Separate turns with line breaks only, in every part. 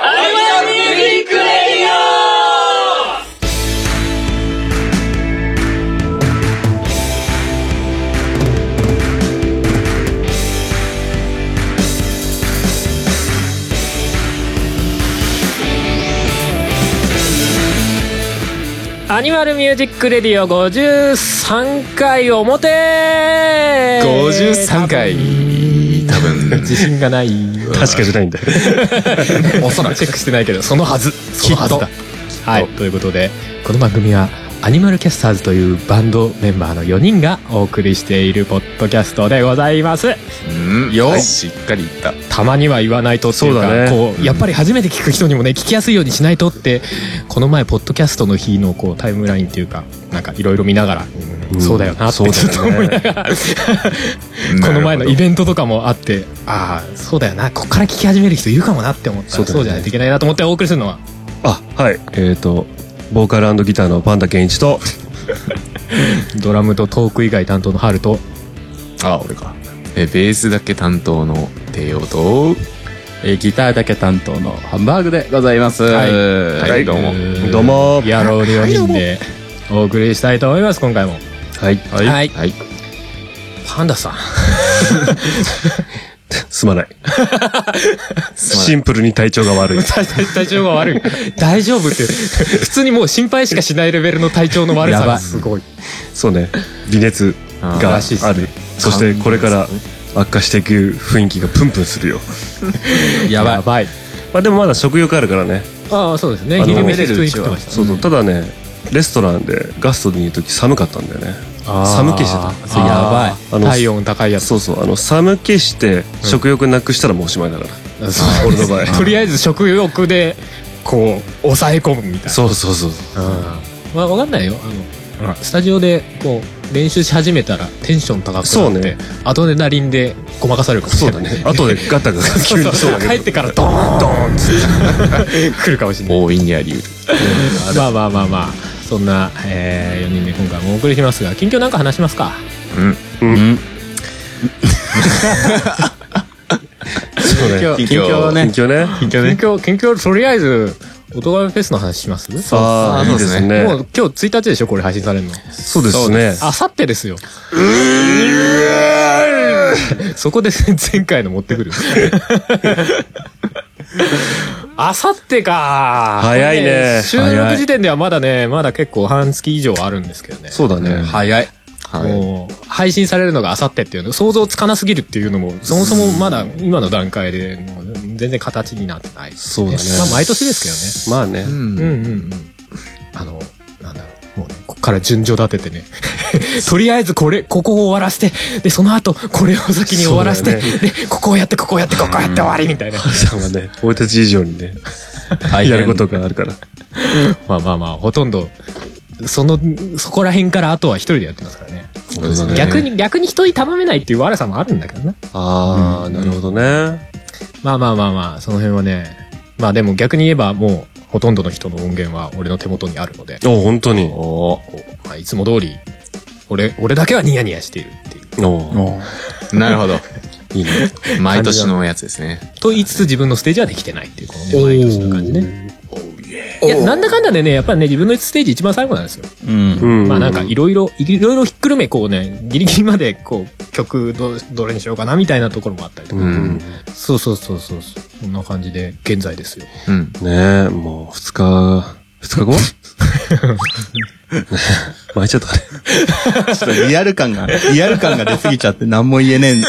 アイマンミュージックレディオアニマルミュージックレディオ53回表
53回多分
自信がない
確かじゃないんだよ。
おそらく
チェックしてないけどそのはずそのはずだ
き
はいということでこの番組はアニマルキャスターズというバンドメンバーの4人がお送りしているポッドキャストでございます
うんよしっかり言った
たまには言わないとっていうか
そうだね
こうやっぱり初めて聞く人にもね聞きやすいようにしないとってこの前ポッドキャストの日のこうタイムラインっていうかなんかいろいろ見ながら、
うん
そうだよなって
そうだ
ず
よ
っ
ね
と思いながら、この前のイベントとかもあってああそうだよなここから聞き始める人いるかもなって思ったらそう,、
そうだ
じゃ
よね
ないといけないなと思ってお送りするのは
あ、はい。えっ、と、ボーカルギターのパンダケンイチと、
ドラムとトーク以外担当のハルと
あ、俺か。
えベースだけ担当の帝王と
えーギターだけ担当のハンバーグでございます。
はい
はい、
はい
どうも
どうも
やろう両人でお送りしたいと思います今回も
はい。
はい、
はい
パンダさん
すまない。シンプルに体調が悪い。
体体調が悪い大丈夫って普通にもう心配しかしないレベルの体調の悪さ
やば
が
い
すごい
そうね。微熱
あ
が
ら
あ
しいっすね
る。そしてこれから悪化していく雰囲気がプンプンするよ。
やばい
まあでもまだ食欲あるからね。
ああそうですね
あの
昼飯普通に食ってました
そうそう。ただね、レストランでガストにいる時寒かったんだよね。寒気してた
たやばい
あの
体温高いやつ
そうそう。あの、寒気して食欲なくしたらもうおしまいだから。
そう
俺の場合。
とりあえず食欲でこう抑え込むみたいな
そうそうそう。
まあ分かんないよあの、スタジオでこう練習し始めたらテンション高く
そう
なっ
ね
て、アドレナリンでごまかされるかもし
そう
れ
だ
ない
ね。 あとでガタガタ急にそうだけど
帰ってからドーンドーンって来るかもしれない
大いにあり得る
まあまあまあまあそんな、え4人で今回もお送りしますが近況なんか話しますか
うん
そうね
近況
近況ね。
近況ね。
近況近況とりあえずおとがめフェスの話します
ああ、いいですね。
もう今日1日でしょこれ配信されるの
そうですね。
あさってですよそこで前回の持 ってくるあさってか
早いね
収録時点ではまだねまだ結構半月以上あるんですけどね
そうだね。
早い。
はい
もう配信されるのがあさってっていうの想像つかなすぎるっていうのもそもそもまだ今の段階でもう全然形になってない、
そうだね。
まあ毎年です
まあね
う。ん
けどねうんうんうんあのなんだろうもうねこっから順序立ててねとりあえずこれここを終わらせてでその後これを先に終わらせて、
そうだよ
でここをやってここをやってここをやって終わりみたいな、
さんはね、俺たち以上にね、
大
やることがあるから。
まあまあまあほとんどそのそこら辺からあとは一人でやってますからね
そうですね
逆に逆に一人頼めないっていう悪さもあるんだけどな
ああ、なるほどね。
まあまあまあまあ、その辺はね。まあでも逆に言えばもう、ほとんどの人の音源は俺の手元にあるので、
お本当に。
お
まあ、いつも通り、俺、俺だけはニヤニヤしているっていう。
お
お
なるほど
いいね。
毎年のやつですね
と言いつつ自分のステージはできてないっていう、このね毎年の感じね。いや、なんだかんだでね、やっぱりね、自分のステージ一番最後なんですよ。
うん。
ん
まあなんか、いろいろ、いろいろひっくるめ、こうね、ギリギリまで、こう、曲ど、どれにしようかなみたいなところもあったりと
う
か。
ん。
そうそうそうそう。そんな感じで、現在ですよ。
うん
ねえ、もう、二日、二 日後ねえ巻いちゃったね。
ちょっとリアル感が、リアル感が出すぎちゃって何も言えねえ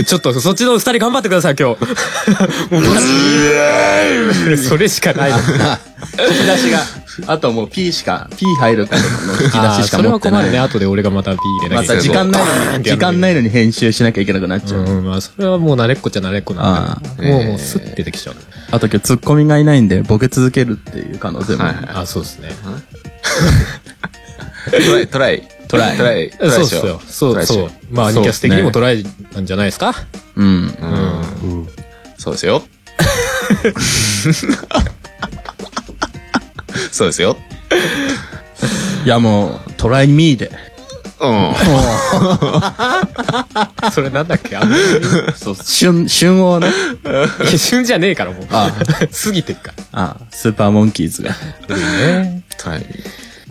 ん。
ちょっとそっちの二人頑張ってください、今日。もうマジで それしかないの。
引き出しが。あともう P しか、P 入るからの引き出しし
そ
か
れ
持
は
って
困
な
る
い。
ね。後で俺がまた P 入れなき
ま
ゃい
た
け
時
ない。
間ないのに、時間ないのに編集しなきゃいけなくなっちゃう。
うん、まあ、それはもう慣れっこちゃ慣れっこなんだけど
ああ
もう、
ええ
もう、スッて出てきちゃう。
あと今日ツッコミがいないんで、ボケ続けるっていう可能性も。
はい
あ、そうですね。
トライトライトライトライ
そうっす
ト
よ。そ
ラ
う
イし
そ
よ
う。まあ、アニキャス的にもトライなんじゃないですか
うん。
ううん
うん。
そうですよそうですよ
いやもう、トライミーで。
う
それなんだっけあんまり
そう、旬、旬をね。
一瞬じゃねえからもう。
あ
過ぎてっから。
あ、スーパーモンキーズが。
ね。
ん。はい。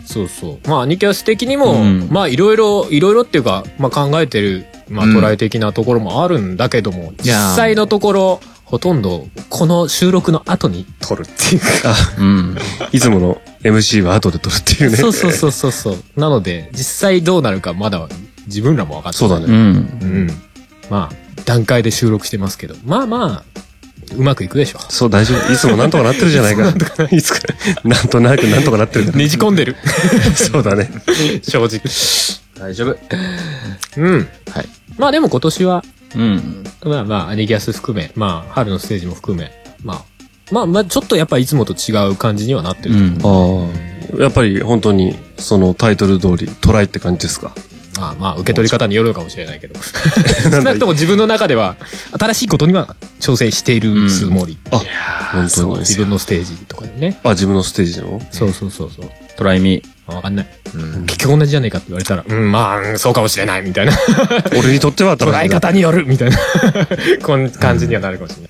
そうそう。まあ、アニキャス的にも、
うん
まあ、いろいろ、いろいろっていうか、まあ、考えてる、まあ、
うん
トライ的なところもあるんだけども、実
やー
際のところ、ほとんど、この収録の後に撮るっていうか。
うん。
いつもの MC は後で撮るっていうね。
そうそうそうそうそう。なので、実際どうなるか、まだ、自分らも分かって
そうだ
ね。
ね。
う
うん。
ん。まあ、段階で収録してますけど、まあまあ、うまくいくでしょ。
そう、大丈夫。いつもなんとかなってるじゃないか。いつか、なんとなくなんとかなってるか
ねじ込んでる。
ら。そうだね。
正直。
大丈夫。
うん。
はい。
まあでも今年は、
うん。
まあまあ、アニギアス含め、まあ、春のステージも含め、まあ、まあまあ、ちょっとやっぱいつもと違う感じにはなってる。
うん。
ああ。やっぱり本当に、そのタイトル通り、トライって感じですか。
まあまあ、受け取り方によるのかもしれないけど。
な
少
ん
な
だ
くとも自分の中では、新しいことには挑戦しているつもり。
あ、本
そう
当に。
自分のステージとかでね。
あ、自分のステージの
そうそうそうそう。
トライミ
あわかんない。
うん
結局同じじゃねえかって言われたら、うん、まあうん、そうかもしれない、みたいな。
俺にとっては
捉
い
え方による、みたいな。 こん感じにはなるかもしれ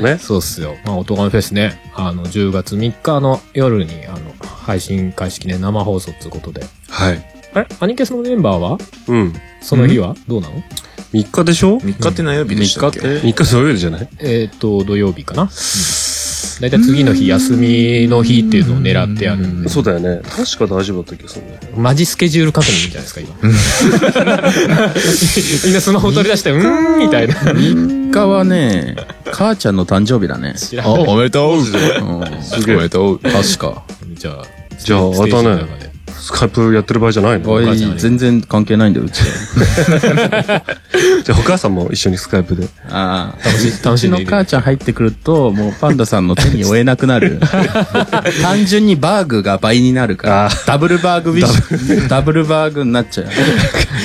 ない。
ね。
そうっすよ。まあ、音ガメフェスね、あの、10月3日の夜に、あの、配信開始記念生放送ってことで。
はい。
あれアニキャスのメンバーは
うん。
その日はどうなの
3日でしょ
3日って何曜日でしたっけ
三
?3 日土曜日じゃない
えっ、と、土曜日かな。だいたい次の日、休みの日っていうのを狙ってやるんで。
そうだよね。確か大丈夫だったっけ、そんな。
マジスケジュール確認じゃないですか、今。 みんなスマホ取り出して、うーん、みたいな。
3日はね、母ちゃんの誕生日だね。
知ら
あ、
ん。
おめでとう
うん
おめでとう
確か。
じゃあ、
じゃあ、あ
ステー
れ
ジの
だ
中
ね。
で。
スカイプやってる場合じゃないの
お
母
い
ちゃんはね
全然関係ないんだよ、う ち。
じゃあ、お母さんも一緒にスカイ プで。
ああ。
楽しい、楽
う
し
ち
ん
の
で いる
母ちゃん入ってくると、もうパンダさんの手に負えなくな る。単純にバーグが倍になるから、ダブルバーグウィッシ ュ、ダブルバーグになっちゃう。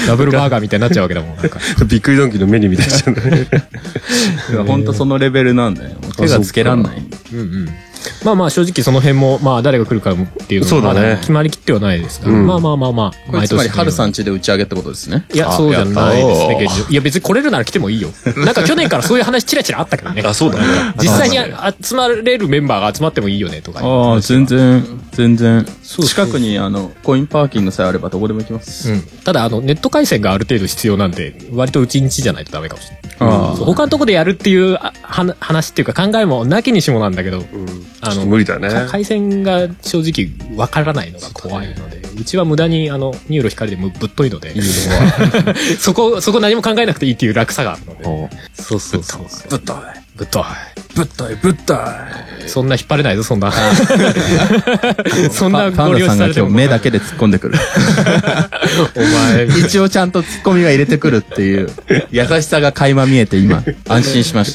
ダブルバーガーみたいになっちゃうわけだもん。なんか
びっくりドンキーのメニューみたい じゃない
いやほんとそのレベルなんだよ。もう手がつけらんない。
うんうん。まあまあ正直その辺も、まあ誰が来るかっていうの
そう
は
だね
まだ決まりきってはないですが、
うん
まあまあまあまあ、
これつまり、春さ
ん。
ん家で打ち上げってことですね。
いや、
あ
そうじゃないです
やった
ね、
ー
現状。いや別に来れるなら来てもいいよ。なんか去年からそういう話チラチラあったけどね。
そうだね。
実際に集まれるメンバーが集まってもいいよねとか。
ああ、全然、全然。
そう
近くに、あの、コインパーキングさえあればどこでも行きます。
うん、ただあのネット回線がある程度必要なんで割とうちんちじゃないとダメかもしれない
ああ
そう他のとこでやるっていうあは話っていうか考えもなきにしもなんだけど、
ちょっと無理だね。
か回線が正直わからないのが怖いので、うちは無駄にあの、ニューロ光でむぶっといので、 そこ、そこ何も考えなくていいっていう楽さがあるので。そうそうそう。ぶっとい。ぶっとい。
ぶったい、ぶった
そんな引っ張れないぞ、そん な。そんな
パ
ご
ン
利用
ダさ
し
ん
さ
が
れて
今
も
日。目だけで突っ込んでくる。
お 前、
一応ちゃんと突っ込みは入れてくるって いう、優しさが垣間見えて今、安心しまし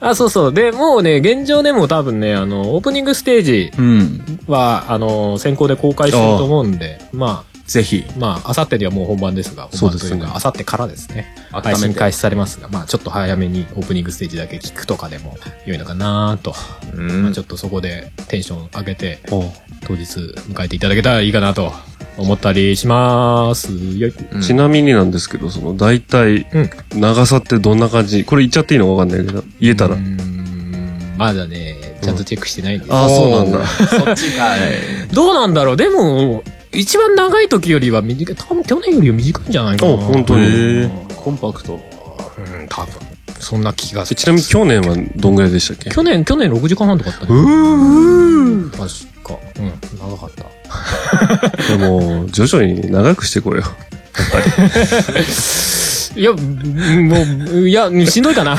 た。
あ、そうそう。で、もうね、現状でも多分ね、あの、オープニングステージ
うん。
は、あの、先行で公開すると思うんで、まあ、
ぜひ。
まあ、あさってにはもう本番ですが、
そう
本番
で
と
す
い
ね
うか、あさってからですね。
改めて
配信開始されますが、まあ、ちょっと早めにオープニングステージだけ聞くとかでも良いのかなと、まあ、ちょっとそこでテンション上げて、
おう
当日迎えていただけたらいいかなと思ったりしますよ。
うん
ちなみになんですけど、その、大体、
うん
長さってどんな感じこれ言っちゃっていいのかわかんないけど、言えたら。
うーんまだね、ちゃんとチェックしてないんです、
ああ、そうなんだ。
そっちか
どうなんだろうでも、一番長い時よりは短い、多分去年よりは短いんじゃないかな。
お本当に
へえ。コンパクト。
うん、多分。そんな気がす
え
る。
ちなみに去年はどんぐらいでしたっけ
去年、去年6時間半とかあったね。
うー
確か。うん、長かった。
でも、徐々に長くしてこいよ。
いや、もう、いや、しんどいかな。 い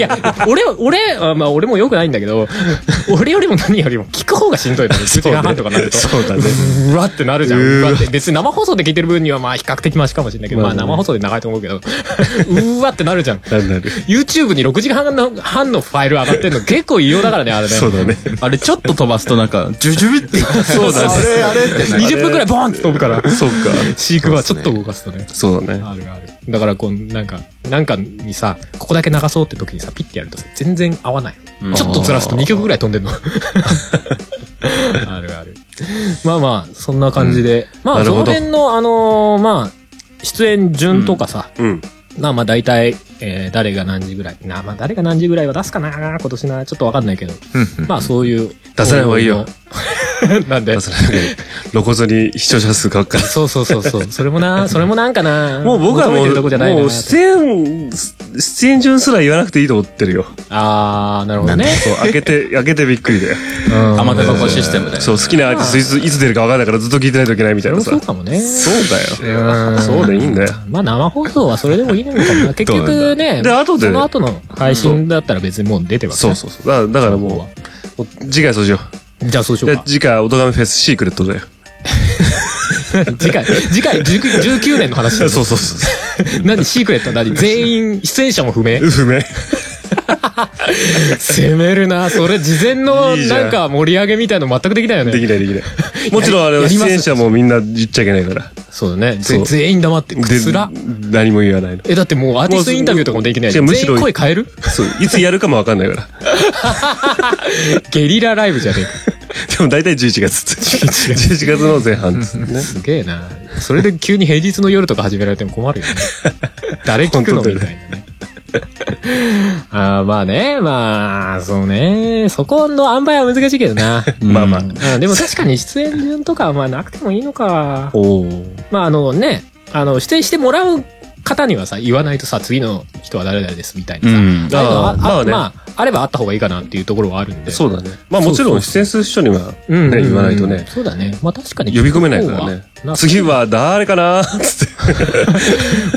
や、俺、俺、あまあ俺も良くないんだけど、俺よりも何よりも聞く方がしんどいのね。1時間半とかなると。
そうだね。
うわってなるじゃん。
う
う
ーわ
わって。別に生放送で聞いてる分にはまあ比較的マシかもしれないけど、まあ
まあね
生放送で長いと思うけど、うわってなるじゃん。
なんなる。
YouTube に6時間半の半のファイル上がってんの結構異様だからね、あれね。
そう だね。
あれちょっと飛ばすとなんか、ジュジュビっていった。そう
だね
あれあれってなる
20分くらいボーンって飛ぶから、
そうか。
飼育はちょっと動かすとね。
そうだね。
あるある。だからこう、なんか、なんかにさ、ここだけ流そうって時にさ、ピッてやるとさ、全然合わない。
うん
ちょっとずらすと2曲ぐらい飛ん でんの。あるある。まあまあ、そんな感じで。まあ、
なる
その
ほど
辺の、あのーまあ、出演順とかさ、
うん。
まあまあ大体、えー誰が何時ぐらい、なまあ誰が何時ぐらいは出すかな、今年な、ちょっとわかんないけど、
うん
まあそういう。
出さない方がいいよ。
なんで
出さないで露骨に視聴者数書くから。
そうそうそうそう。それもな、それもなんかな。
もう僕はも
求めてる
う、
とこじゃないな
もう出演、出演順すら言わなくていいと思ってるよ。
あー、なるほどね。
そう、開け て、開けてびっくりで。
あ
玉手
そ
箱システムで。
そう、好きなアーティストいつ、いつ出るか分かんないからずっと聞いてないといけないみたい
れも
なさ。
そうかもね。
そうだよ。
うん
そうでいいんだよ。
まあ生放送はそれでもいいの かな。結局ね、
で後で
その後の配信だったら別にもう出てます、
そうそうそう。だだからもう、もう次回そうしよ
じゃあそうし
う。
よ
じ
う
ゃ
か。
あ次回、オトガメフェスシークレットだよ。
次回、次回19 19年の話
そ
だ
う
ね
そうそう。
何シークレット何全員、出演者も不明
不明。
攻めるな。それ事前の
いいじゃん
なんか盛り上げみたいの全くできないよね。
できないでき ない。もちろん、あ
や
れ、
り
出
ます
演者もみんな言っちゃいけないから。
そうだね。
そう
ぜ全員黙って。く
です
ら。
何も言わないの。
え、だってもうアーティストインタビューとかもできないし、
もう
全員声変え る
そう、いつやるかも分かんないから。
ゲリラライブじゃねえか。
でも大体11月って。11月の前半ですね。
すげえな。それで急に平日の夜とか始められても困るよ ね。誰聞くの
本当
み
だよ
たいなね。あーまあね、まあ、そうね。そこの塩梅は難しいけどな。
まあまあ。
うんでも確かに出演順とかはまあなくてもいいのか。
おー
まああのね、あの、出演してもらう方にはさ、言わないとさ、次の人は誰々ですみたいな
う
さ。
ん。
あああ
まあね
まあ、あればあった方がいいかなっていうところはあるんで。
そうだね。まあもちろん出演する人には
うんうんうん
ね、言わないとね。
そうだね。まあ確かに。
呼び込めないからね。
な
次は誰かなつって。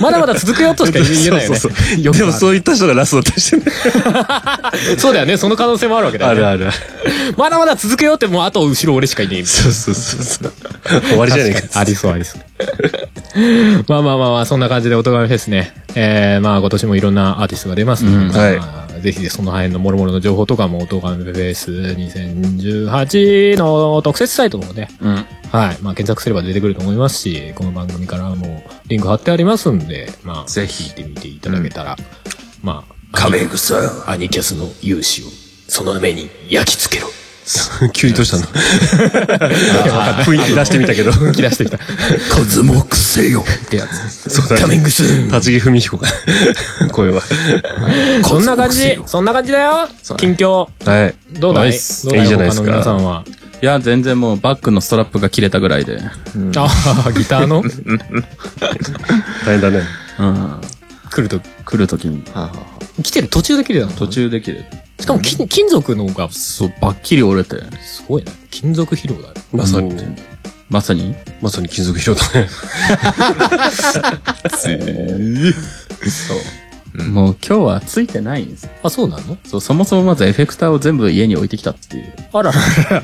まだまだ続くよとしか言えないよね。
そうそうそう
よくあ
で
る
もそういった人がラストだったり してね。
そうだよね。その可能性もあるわけだよね。
ある。
まだまだ続くよって、もうあと後ろ俺しかいねえみたい
そうそうそうそう。終わりじゃねえ
な。
か。
ありそうありそう。まあまあまあまあ、そんな感じでおとがめフェスね。えー、まあ今年もいろんなアーティストが出ますので、
うん
はい
まあぜひその辺の諸々の情報とかも、おとがめフェス2018の特設サイトの方ね、
うん。
はい、まあ検索すれば出てくると思いますし、この番組からもリンク貼ってありますんで、まあ、
ぜひ
聞いてみていただけたら、まあ、
壁草。
アニキャスの勇姿を、その目に焼き付けろ。
急にどうしたの 雰囲気出してみたけど。
吹き出 してきた。
数もくせよ。
ってや つ。
そうだね。
ングスー
立木文彦が。声は。
そんな感じ、そんな感じだよ。近況。
はい。
どうだい
ナイスいいじゃないですか
他の皆さんは。
いや、全然もうバッグのストラップが切れたぐらいで。
ああ、ギター の
大変だね。
うん。
来ると。
来るときに。
来てる途中で切れたの
途中で切れる。
しかも金金属の方がす
そう、バッキリ折れて。
ごいね。金属疲労だよ。
まさにね。
まさに
まさに金属拾ったね。
そう。もう今日はついてないんです。
あ、そうなの
そう、そもそもまずエフェクターを全部家に置いてきたっていう。
あらら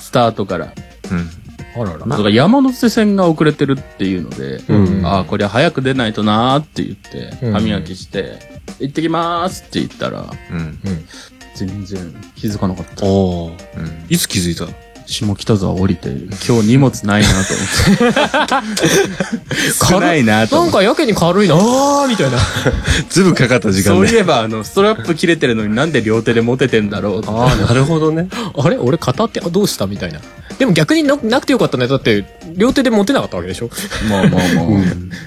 スタートから。
うん
あらら。
だから山手線が遅れてるっていうので、
うん
ああ、こりゃ早く出ないとなーって言って、
うん
歯磨きして、行ってきまーすって言ったら、
うん
うん。
全然気づかなかった。
う
お
ん
いつ気づいた
下北沢降りて、今日荷物ないなと思って。少ないなと
な
思
ん
って。
かやけに軽いなあーみたいな。
ずいぶんかかった時間
そう
で。
いえば、あの、ストラップ切れてるのになんで両手で持ててんだろうって
ああ、なるほどね。
あれ俺片手、あ、どうしたみたいな。でも逆にななくてよかったね。だって、両手で持てなかったわけでしょ
もうもうもう。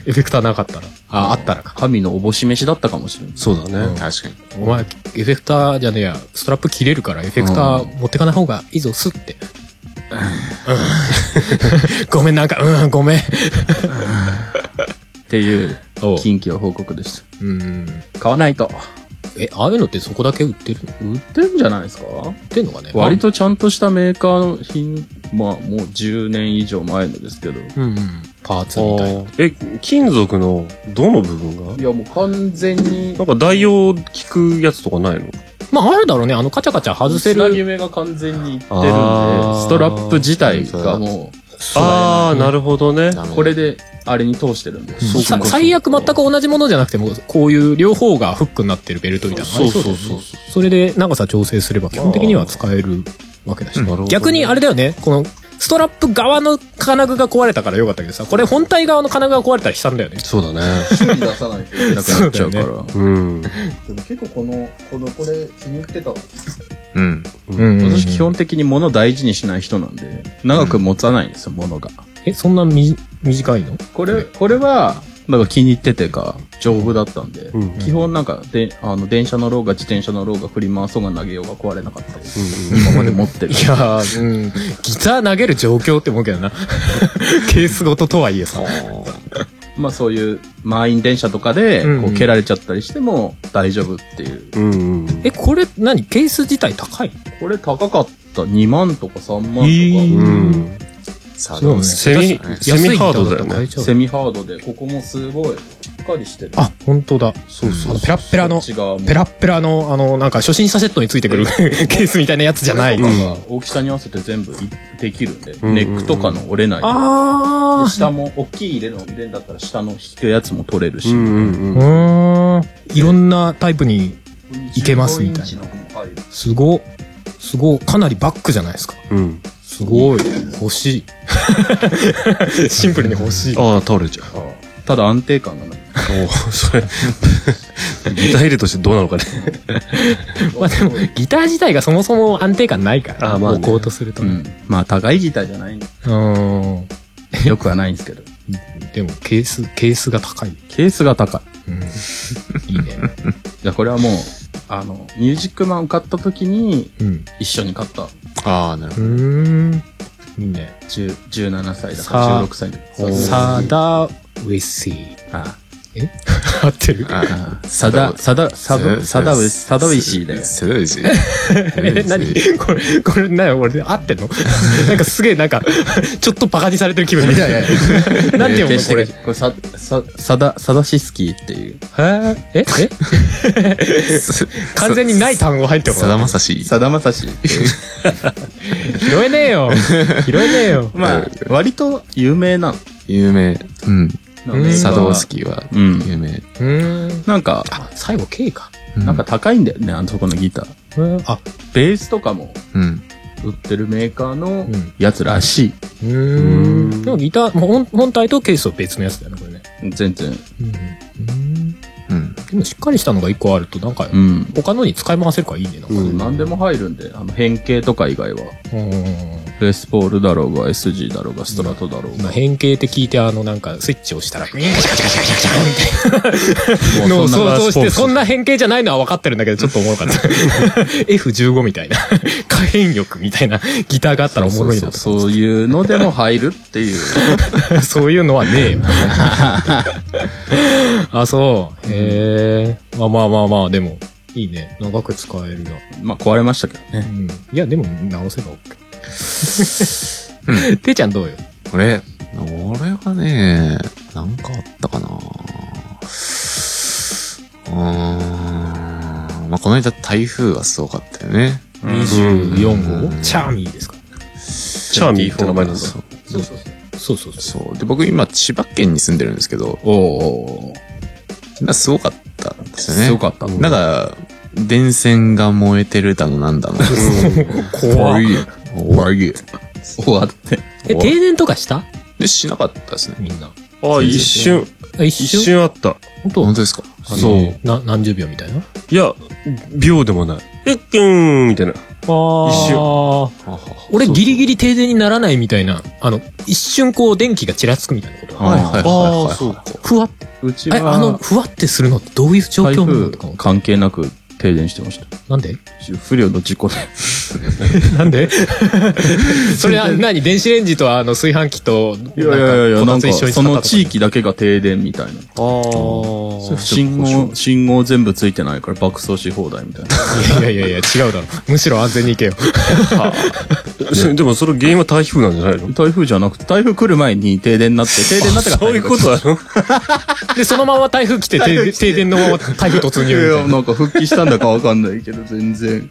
エフェクターなかったら。あ、あったらか。
神のおぼし飯だったかもしれない。
そうだね。
確かに。
お前、エフェクターじゃねえや、ストラップ切れるから、エフェクター持ってかない方がいいぞ、すって。 うんごめん、なんか、うん、ごめん。
っていう
おう、
近況報告でし
うん。
た。買わないと。
え、ああいうのってそこだけ売ってるの売
売ってんじゃないですか
ってんのかね
割とちゃんとしたメーカーの品、まあもう10年以上前のですけど。い
うん、うん。パーツみたいな。
え、金属のどの部分が
やもう完全に
な、んか代用効くやつとかないの
まあ、あるだろうね。あの、カチャカチャ外せ
つなぎ
る。
目が完全にいってるんで、
あー
ストラップ自体がも
ああ、なるほどね。
う、これであれに通してるんで。
さ最悪全く同じものじゃなくても、こういう両方がフックになってるベルトみたいなのありだよね。
そうそう
それで長さ調整すれば基本的には使えるわけだし、
なるほどね
逆にあれだよね、このストラップ側の金具が壊れたからよかったけどさ、これ本体側の金具が壊れたら悲惨だよね。
そうだね。
修理出さないと。
なくなっちゃうから。
そ
うん。
でも結構この、この、これ気に入ってたわ。
うん。
うん
私基本的に物大事にしない人なんで、長く持たないんですよ、物が。
え、そんなみ短いの
これ、これは、なんか気に入っててか、丈夫だったんで、
うん
基本なんかで、あの、電車乗ろうが自転車乗ろうが振り回そうが投げようが壊れなかったです。今まで持って る
い。やー、うん。ギター投げる状況って思うけどな。 ケースごととはいえさ。
まあそういう満員電車とかで
うん、
こう蹴られちゃったりしても大丈夫っていう。
うんうんうん。
え、これ、何ケース自体高い
これ高かった。2万とか3万とか、
うん。
さあ、
そうね
セミ、セミハードだよね。
セ
セ
ミ。
ミハードで、ここもすごい、しっかりしてる。
あ、本当だ。
そうそ
あ
う
の。ペラッペラの
こっ、ち側も
ペラッペラの、あの、なんか初心者セットについてく るケースみたいなやつじゃない。
とかが大きさに合わせて全部いできるんで、
ん
ネックとかの折れない。
あ
で下も、大きい入れの入れんだったら下の引くやつも取れるし。
うんうん
う
うん。
ーん。いろんなタイプに、いけますみたい
15イ
な
ンチのも入る
すご、すご、かなりバックじゃないですか。
うん。
すごい。欲しい。 シンプルに欲 しい。
ああ、倒れちゃう。
ただ安定感がない。
おお、それ、ギター入れとしてどうなのかね。
まあでも、ギター自体がそもそも安定感ないから、
あまあね
置こうとすると
う
ね。
ん。まあ、高い自体じゃないんで、
うーん。
よくはないんですけど。
でも、ケース、ケースが高い。
ケースが高い。
うん。いいね。
じゃあこれはもう、あの、ミュージックマンを買った時に、
うん。
一緒に買った。
ああ、なる
う
ほ
ーん。いいね。
10 17歳だから
さあ
16歳で。
サダ・ウェシー。
あ
え 合ってる
ど。あ
あサダ、サダ、サダ、サダウェサダウェシーだよ。
サダウェシー。
え、 何 これ、これ、なよ、俺、合ってんの なんかすげえ、なんか、ちょっとバカにされてる気分。いやい や何て読む
えー
のこれ。
決してこれ、サ、サ、サダ、サダシスキーっていう。
ええ完全にない単語入っても
さだまさし。
サダマサ シ。
拾えねえ よ。拾えねえよ。
まあ、割と有名な
有名。うん。
うん
サ
ダ
ドウスキーは
うん
有名。
うーん。
なんか、
あ、最後、K か。
う
なんか、高いんだよね、あのそこのギター。
うんあ、
ベースとかも
うん。
売ってるメーカーの
うん
やつらしい。
うーん。でもギター、もう本本体とケースは別のやつだよね、これね。
全然。
うん。
うん。
でもしっかりしたのが一個あると、なんか
う、ん。
他のに使い回せるからいいね、なんかね。
何でも入るんで、あの、変形とか以外は。
うん。
レスポールだろうが、SG だろうが、ストラトだろうが。
今変形って聞いて、あの、なんか、スイッチを押したら、シャカシャカシャカシャカシャカみたいなの
も
を
うそんな
想像して、
ガラスポー
そんな変形じゃないのは分かってるんだけど、ちょっとおもろかった。F15 みたいな、可変翼みたいなギターがあったらおもろいなと。
そうそうそういうのでも入るっていう。
そういうのはねえよ。あ、そう。へえ。まあまあまあまあ、でも、いいね。長く使えるな。
まあ、壊れましたけど
う
ね。
ん。いや、でも、直せば OK。てーちゃんどうよ。
これ、俺はね、なんかあったかなうーん。まあ、この間台風がすごかったよね。
24号チャーミーですか
チャーミーって名前なんだ。
そう
そうそうそう。そうそうそ
そう。で、僕今千葉県に住んでるんですけど、
おお
なんかすごかったんですよね。
すごかった。
なんか、電線が燃えてるだのなんだの。
う。怖い。
い。怖い。
終わって。
え、停電とかした
で、しなかったですね。
みんな。
ああ、一瞬、
あ一
一
瞬
瞬あった。
本当
本当ですか
そう。な、何十秒みたいなあ
いや、秒でもない。えっくんみたい
あ
な。一
瞬。俺ギリギリ停電にならないみたいな、あの、一瞬こう電気がちらつくみたいなことが
はいはいはいはいはい。
そうか。
ふわっ
うち
え、あの、
は、
ふわってするのってどういう状
台
況なの
風
とかも
関係なく停電してました。
なん で
不良の事故で。
なんで それは何電子レンジとあの炊飯器と、
いやいやいや、なんか、その地
域。
域だけが停電みたいな。
ああ。
信号、信号全部ついてないから爆走し放題みたいな。
いやいやいや、違うだろ。むしろ安全に行け よ。
それでもその原因は台風なんじゃないの
台風じゃなくて、台風来る前に停電になって、停電になってから
そういうことなの
で、そのまま台風来て、停停電のまま台風突入み
いやい
たい
や、
な。
なんか復帰したんだかわかんないけど、全然。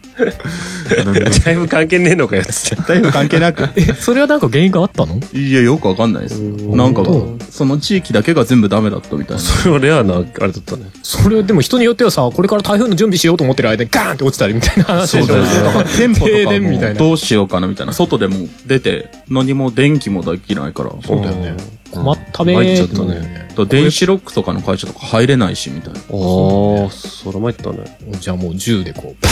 台風関係ねえのかよ、つって。
台風関係なく。
え、それはなんか原因があったの
いや、よくわかんないです。なんか
う、
その地域だけが全部ダメだったみたいな。
それはレアな、あれだったね。
それでも人によってはさ、これから台風の準備しようと思ってる間にガーンって落ちたりみたいな話でしょ。
だから店舗
停電みた
とか
いな
もどうしようかなみみたいな。外でも出て、何も電気もできないから。
そうだよね。困ったべ
参っちゃ
ー
ったね
だから電子ロックとかの会社とか入れないし、みたい
あ
な。
あ、そら参ったね。
じゃあもう銃でこう、バ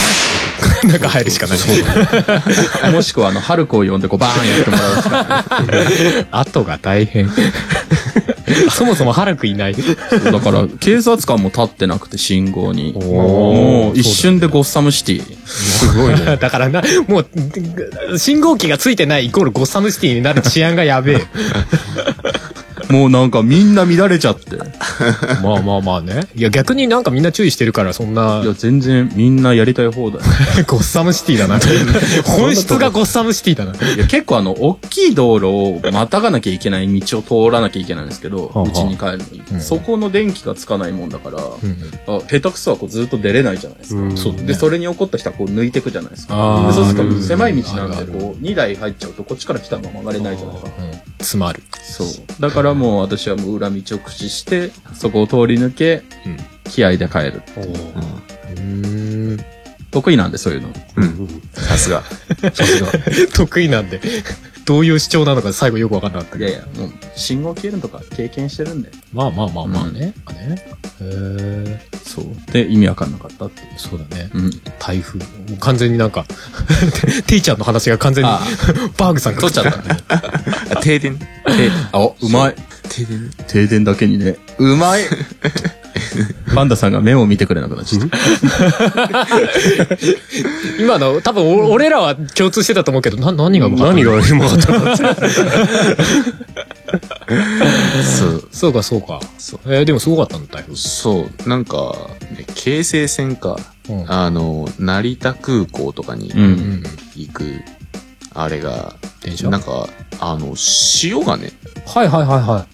ーンって中入るしかない。
もしくは、あの、春子を呼んで、こう、バーンやってもらうし か
後が大変。そもそも腹くいない。
ない。だから、警察官も立ってなくて、信号に。
ー
もう、一瞬でゴッサムシティ。
すごいね。だからな、もう、信号機がついてないイコールゴッサムシティになる治安がやべえ。
もうなんか、みんな乱れちゃって。い
まあまあまあね。いや、逆になんかみんな注意してるから、そんな、
や、全然、みんなやりたい 放題。
ゴッサムシティだな。本質がゴッサムシティだな。
いや、結構あの、大きい道路をまたがなきゃいけない道を通らなきゃいけないんですけど
あはあ、
うちに帰るのに、
うん
そこの電気がつかないもんだから、あ下手くそはこうずっと出れないじゃないですか。
そうだね
で、それに怒った人はこう抜いてくじゃないですか。
あー
でそうする
うん
と狭い道なん
あ
で、
るある
こう、2台入っちゃうとこっちから来たのは曲がれないじゃないですか。
うん詰まる。
そう。だからもう私はもう裏道を駆使して、そこを通り抜け、
うん
気合で帰る。
うん。
得意なんで、そういうの。
さすが。
得意なんで、どういう主張なのか最後よくわかんなかった
い
けど。
やいや、もう、信号消えるのとか経験してるんで。
まあまあまあまあね。ねへー
そう。で、意味わかんなかったっていう。
そうだね。
うん。
台風。もう完全になんか、 ていちゃんの話が完全に、
あ
バーグさん
取っちゃった。
あ停電
え、あ、おうまい。
停電
停電だけにね。うまいパンダさんが目を見てくれなくなっちゃった。
今の、多分お俺らは共通してたと思うけど、な、何が分かった
何がうまかったか
そう。
そうか、そうか。
そう
えーでもすごかったの、台風。
そう。なんか、ね京成線か。
うん
あの、成田空港とかに
うん
うん。
行く、あれが、
電車
なんか、あの、塩がね、
はいはいはいは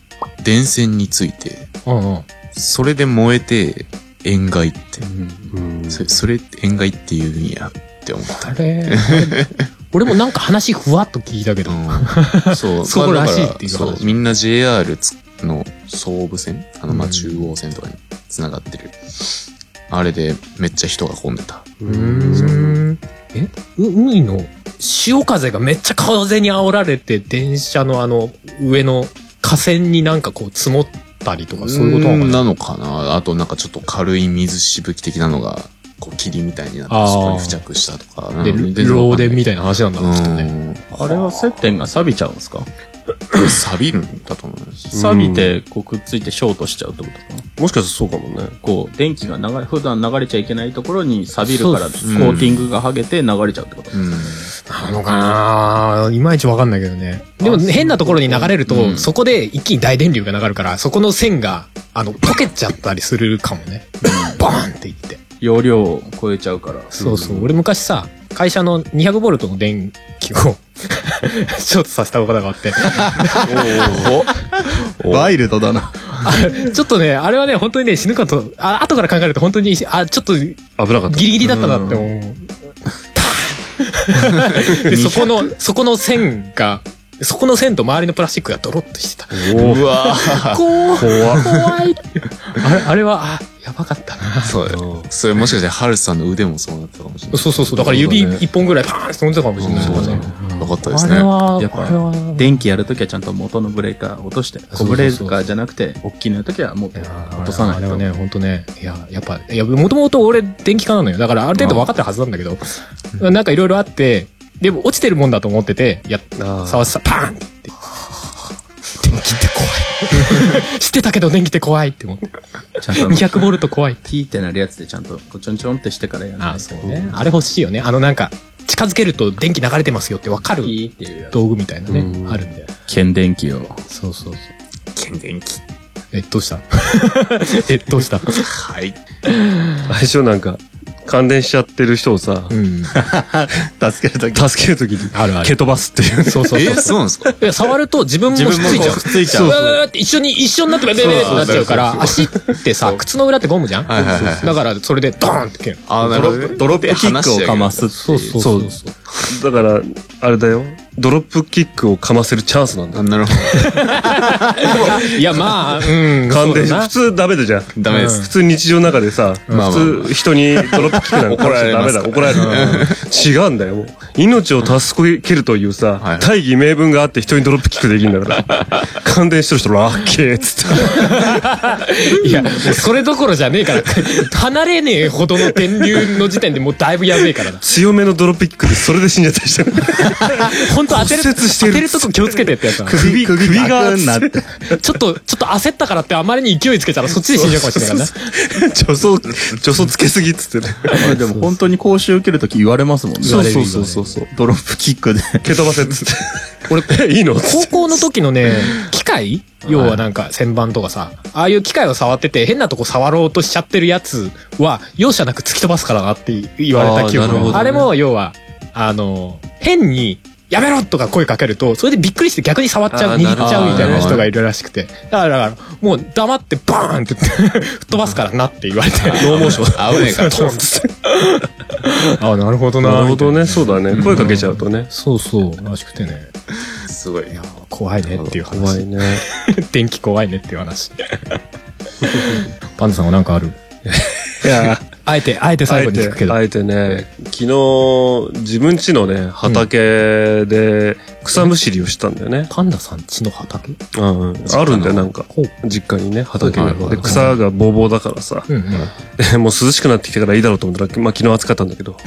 電線について、
い。うんうん。
それで燃えて、塩害って。それ、それって塩害って言うんやって思っ
あれ、 あれ俺もなんか話ふわっと聞いたけど。
た。うん、 そう、
そこらしいってい
ま
う話
あだからそう、みんな JR つの総武線、あの、まあ、中央線とかに繋がってる。あれで、めっちゃ人が混んでた。
うん。えう海の潮風がめっちゃ風に煽られて、電車のあの、上の河川になんかこう積もったりとか、そういうことなのか
ん
な
なのかなあとなんかちょっと軽い水しぶき的なのが、こう霧みたいになって
あー
そこに付着したとか。
で、
うん
漏電みたいな話なんだ
う
ろう、きっとね。
ん。
あれは接点が錆びちゃうんですか
錆びるんだと思います。
錆びて、こうくっついてショートしちゃうってことかな。
もしかしたらそうかもね。
こう、電気が流れ、普段流れちゃいけないところに錆びるから、コ
う
ーティングが剥げて流れちゃうってこと
うん。
なのかないまいちわかんないけどね。でも変なところに流れると、
うん
そこで一気に大電流が流るから、そこの線が、あの、溶けちゃったりするかもね。バーンっていって。
容量を超えちゃうから。
そうそう。俺昔さ、会社の200ボルトの電 気を、ショートさせたことがあ って。
ワイルドだな。
あちょっとね、あれはね、本当にね、死ぬかと、あ、後から考えると本当に、あ、ちょっと、ギ
危なかった。
リギリだったなって思う。ダーン でそこの、そこの線が、そこの線と周りのプラスチックがドロッとしてた。
うわぁ。
怖怖い。あれ、あれは、あ、やばかったな。
そうだよ。それもしかして、ハルさんの腕もそうなったかもしれない。
そうそうそう。だから指一本ぐらいパーンって飛んでたかもしれない。
そうだね。よかったです
あ
ね
れ。は、
やっぱ
あれは、
電気やるときはちゃんと元のブレーカー落として、
そ
小
うそ
ブ
うそ
レ
う
ーカーじゃなくて、大きいのときはもう落とさない
あれ
と。
はね、ほんとね。いや、やっぱ、いや、もともと俺、電気科なのよ。だから、ある程度分かってるはずなんだけど、なんかいろいろあって、でも落ちてるもんだと思ってて、や、触ってた、パーンって言って。電気って怖い。知ってたけど電気って怖いって思って。
ちゃんとあの、
200ボルト怖いって。
ピーってなるやつでちゃんと、こうちょんちょんってしてからやる。
あ、そうね。あれ欲しいよね。あのなんか、近づけると電気流れてますよって分かる
ピーっていうやつ。
道具みたいなね、あるんだよ。
剣電気を。
そうそうそう。
剣電気。
え、どうした え、どうした
はい。
相性なんか、関連しちゃってる人をさ
う、ん。
助けるとき。
助けるときに、
あるあ
蹴
る。
飛ばすっていう。
そうそうそう。
えー、そうなんですか
いや触ると自分もひっ
自分も
ついちゃう
こ。うくっついちゃう
わわわわって一緒に、一緒になってベベベベってなっちゃうから、足ってさ、靴の裏ってゴムじゃん
はいはいはい
だから、それでドーンって蹴る。
あー、な
ド
る
ロ
ほど
ッ
ね。
プ、ドロップキックをかますっていう。
そうそうそう。
だから、あれだよ。ドロップキックをかませるチャンスなんだ
あ。なるほ
いや、まあ、うん。
勘
そう
で
だな
普通ダメだじゃん。
ど。ダメで
うん
す。
普通日常の中でさ、
まあまあ
普通人にドロップキックなんか
怒られ
ダ
ま
メ
す
だ、怒られる。違うんだよ、もう。命を助けるというさ、
はい
大義名分があって人にドロップキックできるん だから。感電してる人ラッキーっつって。
いや、もうそれどころじゃねえから。離れねえほどの天竜の時点でもうだいぶやべえからな。
強めのドロップキックでそれで死んじゃったりしてる。
本当当てる、
骨折してる
当てるとこ気をつけてってやつだな
首、首が
ガクンなって。
ちょっと、ちょっと焦ったからってあまりに勢いつけたらそっちで死んじゃうかもしれないから な。
助走、助走つけすぎっつってね。
あれでも本当に講習受けるとき言われますもんね。
そうそうそう
そうそう。ドロップキックで。
蹴飛ばせっつって。俺、 いいのっつって
高校の時のね、機械要はなんか旋盤とかさ、ああいう機械を触ってて変なとこ触ろうとしちゃってるやつは容赦なく突き飛ばすからなって言われた記憶
あーなるほど
が
ね
あれも要は、あの、変に、やめろとか声かけると、それでびっくりして逆に触っちゃう、
あー
握
なるほど
っちゃうみたいな人がいるらしくて。だから、だからもう黙ってバーンって 言って吹っ飛ばすからなって言われて。ノーモーション。
危ねえ から。
トンっつって。あーなるほどな。
なるほどね、そうだね。声かけちゃうとね。
そうそう、らしくてね。
すごい。
いやー、怖いねっていう話。
怖いね。
電気怖いねっていう話。パンダさんはなんかある
いや
あえて、あえて最後に聞くけど。
あえてあえてね、昨日、自分家のね、畑で草むしりをしたんだよね。
パンダさんちの畑
うんうんあるんだよ、なんか。
ほう。
実家にね、畑
は
が
いはい。はい
で、草がボーボーだからさ。
うんうん。
で もう涼しくなってきたからいいだろうと思ったら、まあ昨日暑かったんだけど。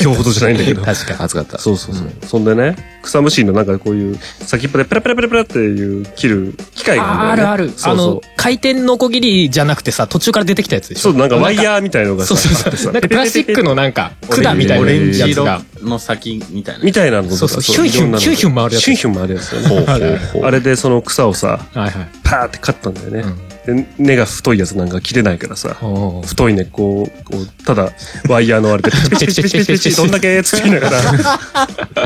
今日ほどじゃないんだけど。
確かに。
暑かった。
そうそうそう。そんでね、草むしりのなんかこういう先っぽでペラペラペラペラっていう切る機械が
あ
あ
あ
るんだ
る
よ
ある。
ね。そ
あ
うそ
の、回転のこぎりじゃなくてさ、途中から出てきたやつで
う。
し
そ
ょ
う、なんかワイ
ー。
ヤーみたいのが
そ
さ
うそう
あって
そ
さ
う。なんかプラスチックのなんか、 管みたい
オ
な
レンジ
やつ
色
が。
の先みたいな。
みたいなのとか
そうそうヒュンヒュン
いろんなの
ヒュンヒュン回るやつ
ヒュンヒュン回るやつだよね。
ある
あれでその草をさ、
はいはい。
パーって刈ったんだよね。で、根が太いやつなんか切れないからさ、
おう
太い根っこを、こう ただ、ワイヤーのあれで、ピチピチピチピチピチどんだけ作りながら、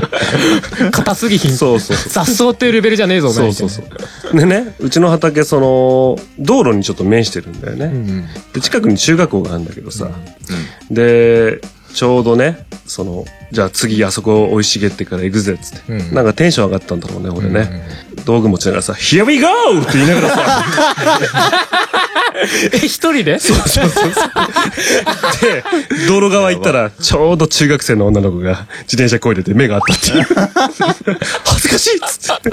硬すぎひん。
そうそうそう。
雑草っていうレベルじゃねえぞ、お前
そうそうそう。でね、うちの畑、その、道路にちょっと面してるんだよ
う
ね。
んうん。
で、近くに中学校があるんだけどさ、で、ちょうどね、その、じゃあ次あそこ生い茂ってから行くぜ、っつって。
うん
なんかテンション上がったんだろうね、俺ね。
うんうん
道具持ちながらさ、Here we go! って言いながらさ、
え、一人でそう そうそう。
で、道路側行ったら、ちょうど中学生の女の子が自転車こいでて目があったっ ていう。恥ずかしいっつって。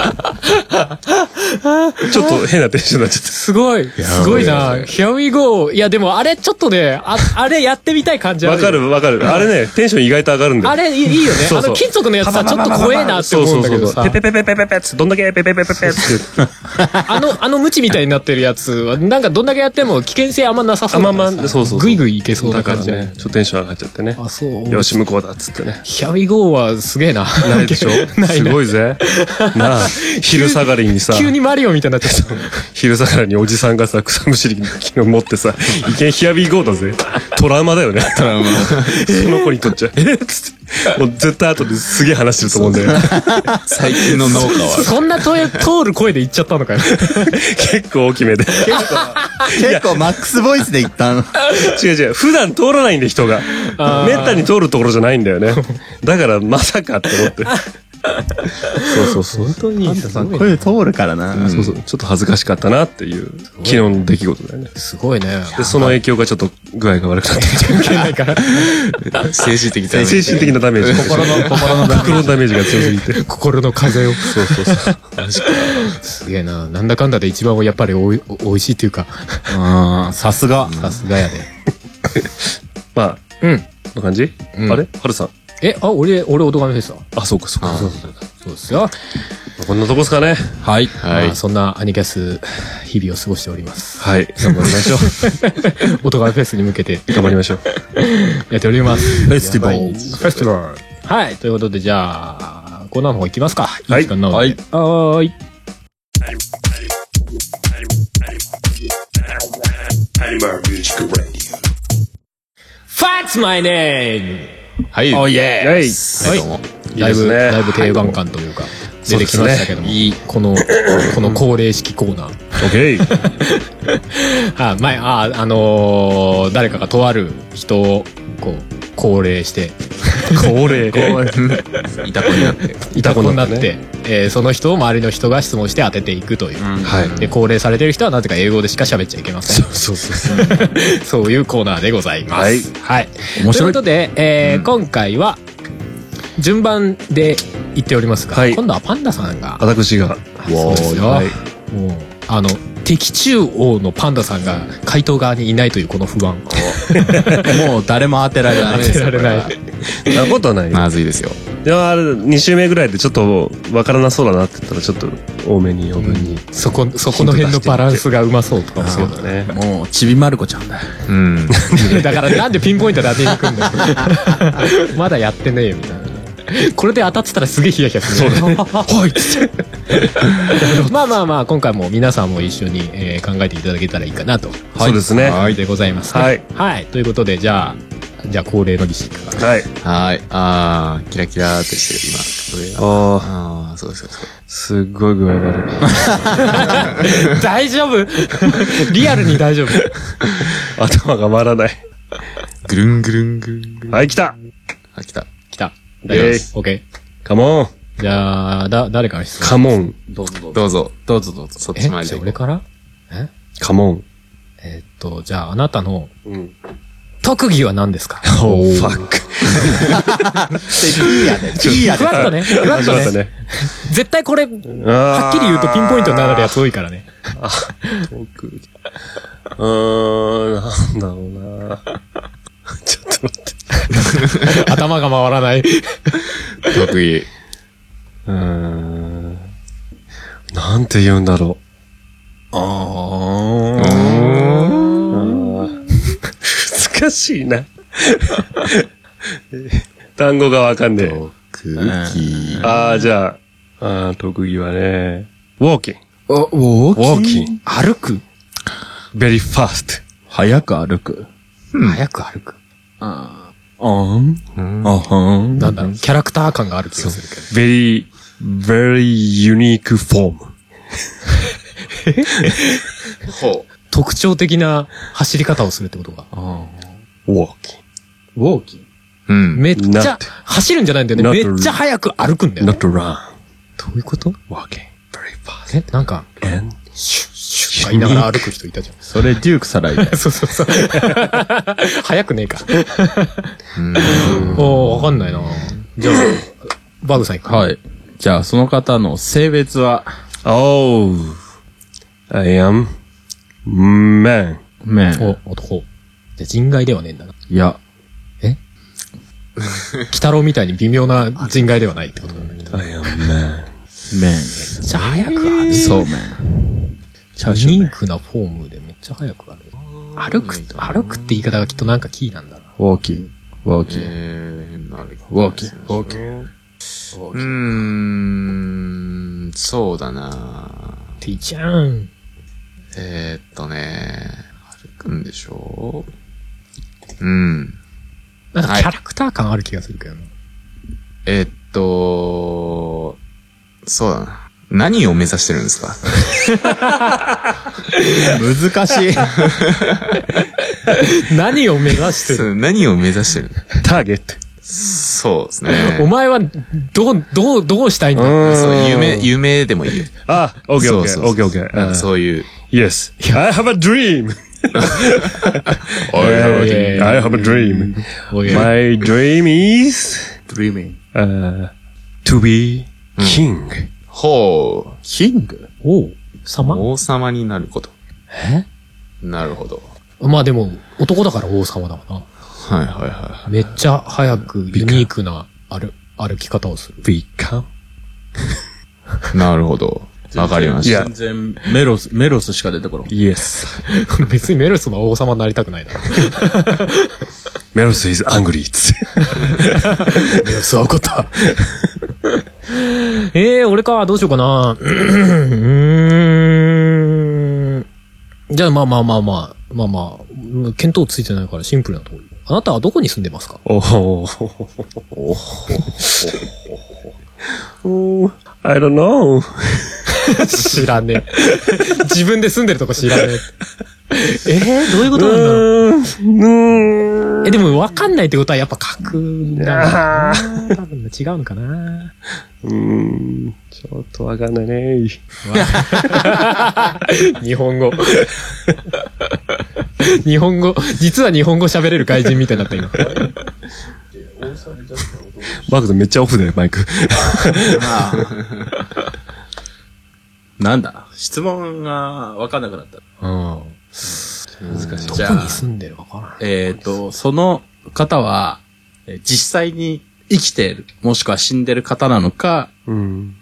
ちょっと変なテンションになっちゃって。
すごい。すごいな。Here we go. いや、でもあれちょっとね、あ、あれやってみたい感じある
わ
よ。
かるわかる。あれね、テンション意外と上がるんだよ。
あれいいいいよね。
そうそう
あの金属のやつさ、ちょっと怖えなって思うんだけどさ
ペ。ペペペペペペっつってどんだけペペペペペペっつって。
あの、あの無知みたいになってるやつは、なんかどんだけやっても危険性あんまなさそうだからさ
あんままそうそうそう
ぐいぐいいけそう
だ
な
か
感
ら
じだよ
ね
ね、
ちょっとテンション上がっちゃってね。
あ、そう。
よし、向こうだっつってね。
ヒャウィゴーはすげえな。
ないでしょ
ない
す
な
ごいぜ。な あ、昼下がりにさ。
急にマリオみたいになっちゃった。
昼下がりにおじさんがさ、草むしり昨日持って さ、いけんヒアビーゴーだぜ。トラウマだよね。トラウマ。 その子にとっちゃ、えっつって。もう絶対後ですげえ話してると思うんだよ。
最近の農家は。
そんなとえ通る声で言っちゃったのかよ。
結構大きめで。
結構マックスボイスで言ったの。
違う違う。普段通らないんで人が。
あー
めったに通るところじゃないんだよね。だからまさかって思って。そうそうそう。
本当に。
声通るからな。
そうそう。ちょっと恥ずかしかったなっていう、昨日の出来事だよね。
すごいね。
で、その影響がちょっと具合が悪くなってきて、
関係ないから。
精神的
精神的なダメージ。心の、心のダメージが強すぎて。
心の風を。そうそうそう。すげえな。なんだかんだで一番やっぱりおい、お美味しいっていうか、
ああ、さすが。
さすがやで。
まあ、
うん。
こんな感じ、
うん
あれハルさん。
え、あ、俺、俺、おとがめフェスだ。
あ、そうか、そうか。
そうですよ。
こんなとこですかね。
はい。
はい
まあそんなアニキャス、日々を過ごしております。
はい。頑張りましょう。
おとがめフェスに向けて
頑張りましょう。
やっております。
フェスティバル
やばいフェスティバル。はい。ということで、じゃあ、コーナーの方行きますか。
はい
い時間なので
はい。
はーい。Fats my name!
はい。
おい
は
え
い。
はい、どうも。
いい
だい
で
ぶ、
すね
だいぶ定番感というか、出てきましたけども、この、この恒例式コーナー。
オッケー。
あ前ああのー誰かがとある人をこう高齢して、
高齢。
いた子になって。
いた子になって、えーその人を周りの人が質問して当てていくという。
はい。
で、高齢されてる人はなぜか英語でしか喋っちゃいけません。
そうそうそう。
そういうコーナーでございます。はい。
面
という
白
こ
い。
とで、えー今回は、順番で言っておりますが、
はい
今度はパンダさんが、
私が。
そうですよ。
はい
もう、あの、敵中央のパンダさんが回答側にいないというこの不安。
もう誰も当てられない。
当てられない。
そんなことはないよ。
まずいですよ。
でもあれ、2週目ぐらいでちょっとわからなそうだなって言ったら、ちょっと多めに余分に。
そこ、そこの辺のバランスがうまそうとかもそうだね。
ね。
もう、ちびまる子ちゃんだ。
うん。
だからなんでピンポイントで当てに行くんだ よまだやってねえよ、みたいな。これで当たってたらすげえヒヤヒヤする、ね。そうだ。 はいっつってまあまあまあ、今回も皆さんも一緒に、えー考えていただけたらいいかなと。
そうですね。
はい。でございます、
はい。
はい。ということで、じゃあ、じゃあ恒例の儀式から。
はい。
はい。あー、キラキラーってしてる、今。これが。
あ
あー、そうです、そうです。
あ、すっごい具合悪 い。
大丈夫リアルに大丈夫。
頭が回らない。
ぐるんぐるんぐるんぐるん。
はい、来た
あ、来た。
来た。
大丈夫です
オッケ
カモン
ー。じゃあ、だ、誰から質問
カモン
どうぞどうぞ。
どうぞ。
どうぞどうぞ。
そっ
え
ち回り
じ
で
ゃあ。俺からえ
カモン。
えーっと、じゃああなたの
うん。
特技は何ですか
おー。ファック。
いいやで。いいや
ふ
で。
わっとね。ふわっ
始
と
まった
ね。
ね。
絶対これ、は
は
っきり言うとピンポイントになるやつ多いから ね。
僕うーん、なんだろうな。ちょっと待って。
頭が回らない。
特技。
うーん。なんて言うんだろ
うーん
う。あー難しいな。単語がわかんねえ。
特技。
ああ、じゃあ、あー特技はね、ウォーキング。
ウォ
ウォーキング。
歩く
ベリーファースト。
早く歩く。
早く歩く。
あーあ
Um,
ん
Hmm.
あは
uh-huh.
ん。
なんだろう、キャラクター感がある気がするけど。
ベリー、ベリーユニークフォーム。
ほ
特徴的な走り方をするってことが。
ウォーキ
ウォーキン
う。うん。
めっちゃ
Not-
走るんじゃないんだよ
Not
ね。めっちゃ早く歩くんだ
ング。
よね。
not run.
どういうこと
walking. very fast.
え、なんか、
and
シュッシュッとか言いながら歩く人いたじゃん。
それ、デュークさらいだよ。
そうそうそう。早くねえか。おー、わかんないなじゃあ、バグさん行く。
はい。じゃあ、その方の性別は、
Oh, I am man.
めん。
お、男。じゃあ人外ではねえんだな。
いや、
鬼太郎みたいに微妙な人外ではないってことなんだけど。
I am man.
めん。
じゃあ早く歩く。
そうめん。チャーシュー
ニ
め
ー
ん。
クなフォームでめっちゃ早く歩く。歩く、歩くって言い方がきっとなんかキーなんだな。
ウォーキング。ウォーキング。
えー、変なあれ。
ウォーキング。
うーん、そうだな
ていちゃん。
えー、っとね、歩くんでしょううん。
なんか
はい
キャラクター感ある気がするけどな。
えー、っと、そうだな。何を目指してるんですか
難しい。
何を目指してる
そう何を目指してる
Target.
そうですね。
お前は、どう、どう、どうしたいんだ
そう夢、夢でもいいよ。
Ah, okay,
そう
okay,
そう
okay,
そう
okay.
なんか
Uh,
そういう。
yes. I have a dream. I have a dream. I have a dream.
おいおい
My dream is
dreaming.
uh, to be king.
ほう。
キング
おう様
王様になること。
え
なるほど。
まあでも、男だから王様だから
はいはいは
な。めっちゃ早く、ユニークな歩、歩き方をする。
Become.
い。なるほど。わかりました。
全然、メロス、メロスしか出てこない。
Yes.
別にメルスは王様になりたくないな。
Melos is angry.
メルスは怒った。 ええー、俺か、どうしようかな。うーん。じゃあ、まあまあまあまあ、まあまあ、見当ついてないからシンプルなところ。あなたはどこに住んでますか
oh. oh. I don't know.
知らねえ。 自分で住んでるとこ知らねえ。えー、どういうことなんだろう
うーんうーん
え、でも分かんないってことはやっぱ書くんだろうな。多分違うのかな。
うーん、ちょっとわかんないね。
日本語。 日本語、実は日本語喋れる外人みたいになった今。
バーグさんめっちゃオフだよ、マイク。
なんだ質問が分かんなくなった。
うん。
難しい。
ど
じゃ
こ
あ
に住んでるか分からない。
えっ、と、その方は、えー実際に生きている、もしくは死んでる方なのか、
うん。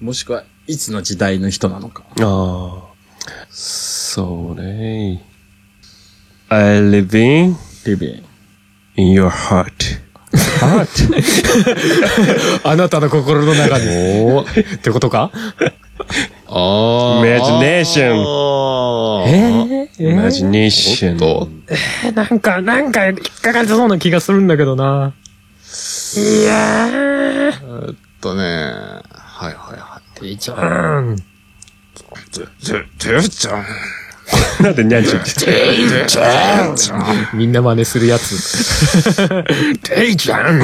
もしくはいつの時代の人なのか。
ああ。そうね。I live in,
リビン。
in your heart.
あなたの心の中に。ってことか
ああ。
Imagination
あー
えーえー
Imagination.
おっと
えなんか、なんか、引っかかりそうな気がするんだけどな。いやー。
えっとね。はいはいは
一番。
い。て、て、てるちゃん。
なんでニャンちゃん
てるちゃん。ちゃん。
みんな真似するやつ。 ていちゃん。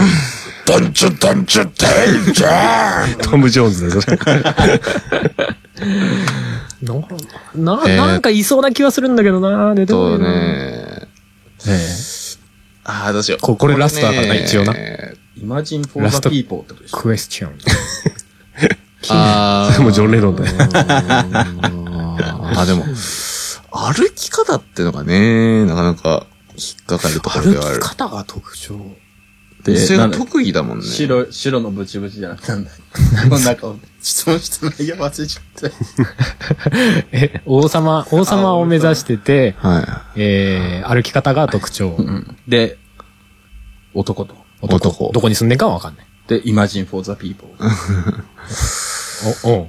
どんちょどんちょ、てるちゃん。
トム・ジョーンズだよ、それ。
な、な、
えー
なんかいそうな気はするんだけどな。で、でも
と。ね。ああ、どうしよう。
ここれラストだからな
ね
一応な
イマジン・フ
ォーザピ
ーポーってことでしょ
クエスチョン。
あ
それもジョン・レノンだよ。
ああ、でも、歩き方ってのがね、なかなか引っかかるところではある。
方が特徴。
で
それ
な
が
んだ
特技だもんね。
白、白のブチブチじゃなくてなんだ
の中を質問した内容忘れちゃっ
え、王様、王様を目指してて、
た。はい。
えー、歩き方が特徴。
で、男と。
男
どこに住んでんかはわかんない。
で、イマジン・フォーザ・ピーポー。
お、おう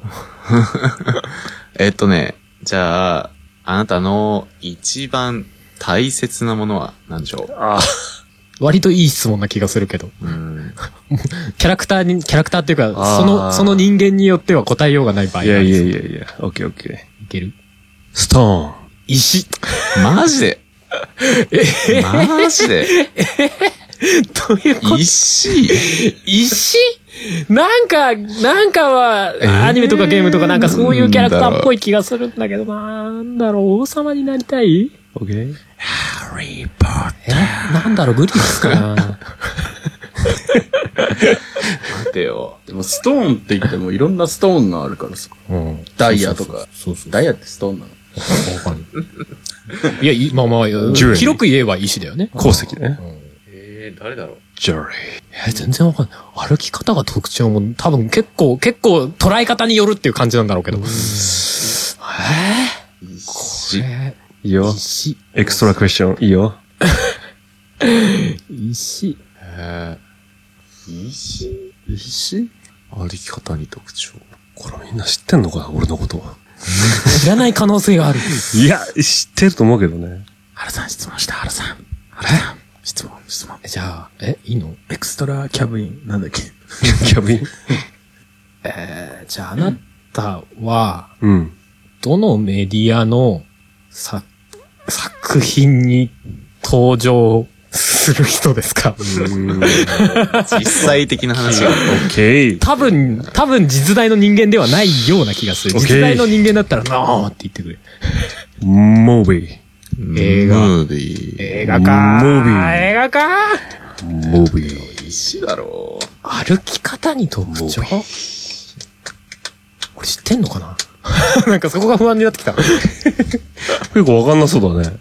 えっとね、じゃあ、あなたの一番大切なものは何でしょう
割といい質問な気がするけど。
うん。
キャラクターに、キャラクターっていうか、
あー
その、その人間によっては答えようがない場合
いやいやいやいや、オッケーオッケ
いける
ー。ストーン。
石。
マジ でマジで
どういうこと
石
石なんか、なんかは、アニメとかゲームとかなんかそういうキャラクターっぽい気がするんだけど、なんだろう、王様になりたい
オッケー
えなんだろう、グリスかな
待てよ。
でも、ストーンって言ってもいろんなストーンがあるからさ。
うん。
ダイヤとか。
そうそう。
ダイヤってストーンなの
わかん ない。いやい、まあまあ、
ュエリー
広く言えば石だよね。
鉱石ね。
えー、誰だろう
ジョリ
え、全然わかんない。歩き方が特徴も、多分結構、結構捉え方によるっていう感じなんだろうけど。え
石。
ー、
ー。いいよ。
石、
エクストラクエスチョン。いいよ。
石。
えー、石
石
歩き方に特徴。
これみんな知ってんのかな俺のことは。
知らない可能性がある。
いや、知ってると思うけど ね。
原さん質問した、原さん。原さん。
質問、質問。
えじゃあ、え、いいの
エクストラ・キャブイン、なんだっけ
キャビン。
えーじゃああなたは、
うん。
どのメディアの作、作品に登場する人ですか
うん。
実際的な話が。
オッケ ー。
多分、多分実在の人間ではないような気がする。
OK
実在の人間だったら、なーって言ってくれ。
モービー。
映画
ムービー。
映画か
ムービー
映画か
モービー。
石だろう。
歩き方に特徴これ知ってんのかななんかそこが不安になってきた。
結構わかんなそうだね。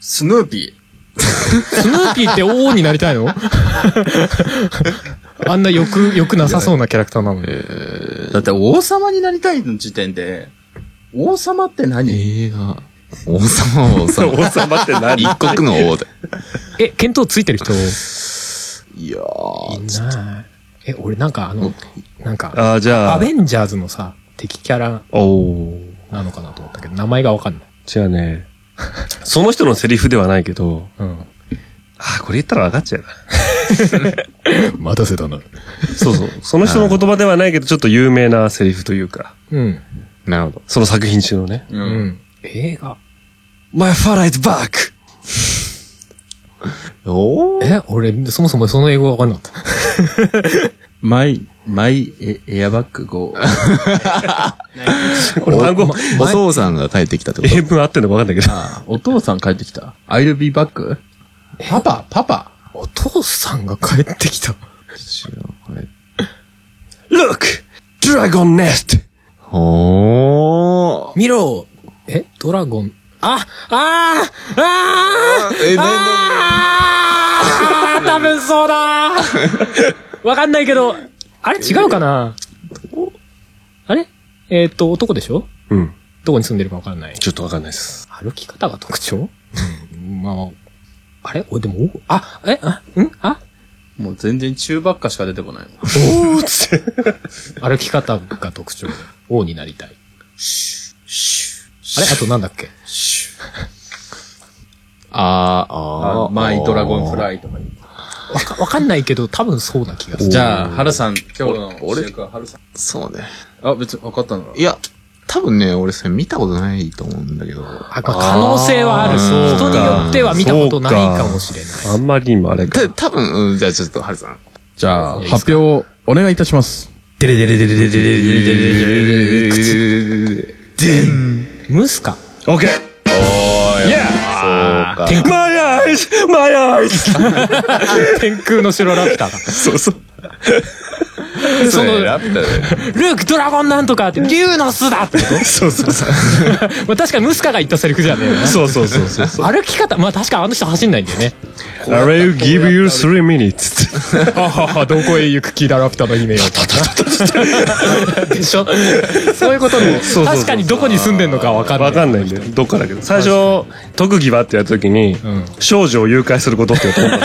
スヌーピ
スヌーピーって王になりたいの あんな欲、欲なさそうなキャラクターなのに。
ー。だって王様になりたいの時点で、王様って何
映画。王様は王 様。
王様って何
一国の王だ。
え、見当ついてる人い
いやー。
ない。え、俺なんかあの、なんか、
ああ、じゃ
ア
あ。
ベンジャーズのさ、敵キャラ
おー。
なのかなと思ったけど、名前がわかんない。
じゃあね、その人のセリフではないけど、
うん。
ああ、これ言ったら分かっちゃうな。
待たせたな。
そうそう。その人の言葉ではないけど、ちょっと有名なセリフというか、
うん。
なるほど。
その作品中のね。
う。
うんん。映画。
My father is back!
お
え俺、そもそもその英語わかんなかっ
マイ、マイエエアバッグ GO。
これ単語、
お父さんが帰ってきたってこ
英文合ってんのかわかんないけど。
あお父さん帰ってきた。I'll be back? パパ、パパ。
た。お父さんが帰ってきた。
と知らんこれ
Look! Dragon Nest!
おー。
見ろえドラゴン。ああーあー
え
あーあー多分そうだわかんないけど、あれ違うかなあれえーっと、男でしょ
うん。
どこに住んでるかわかんない。
ちょっとわかんないです。
歩き方が特徴まあ、あれおでも、おあ、えあ、んあ
もう全然中ばっかしか出てこないもん。
おーっつって。
歩き方が特徴。王になりたい。あれあとなんだっけ
あー、
あ
あー。
マイドラゴンフ
イ。
ライとか言う
わかわかんないけど、多分そうな気がする。
じゃあ、ハルさん、今日の
俺
主役はハルさん。
そうね。
あ、別に分かったんだ
いや、多分ね、俺それ見たことないと思うんだけど。
あまあ可能性はある。
あー
人によっては見たことないかもしれない。
あんまりにもあれか。
た多分、うんじゃあちょっと、はるさん。
じゃあ、発表をお願いいたします。
ムスカ。
OK!
そうか。
My eyes! My eyes!
天空の城ラピュタが。
そうそう。
その、
ラピュタだよ
ルーク、ドラゴンなんとかって、竜の巣だってこ
そうそうそう。
と まあ確かにムスカが言ったセリフじゃねえよな
そうそうそうそう。
歩き方、まあ確かあの人走んないんだよね。
I will give you three minutes.
あはは、どこへ行く気だラピュタの姫よ。でしょ そういうことも、
そうそう
確かにどこに住んでんのかわかんない。
わかんないんだよ。どっからだけど。最初、特技はってやった時に、少女を誘拐することってやったんだ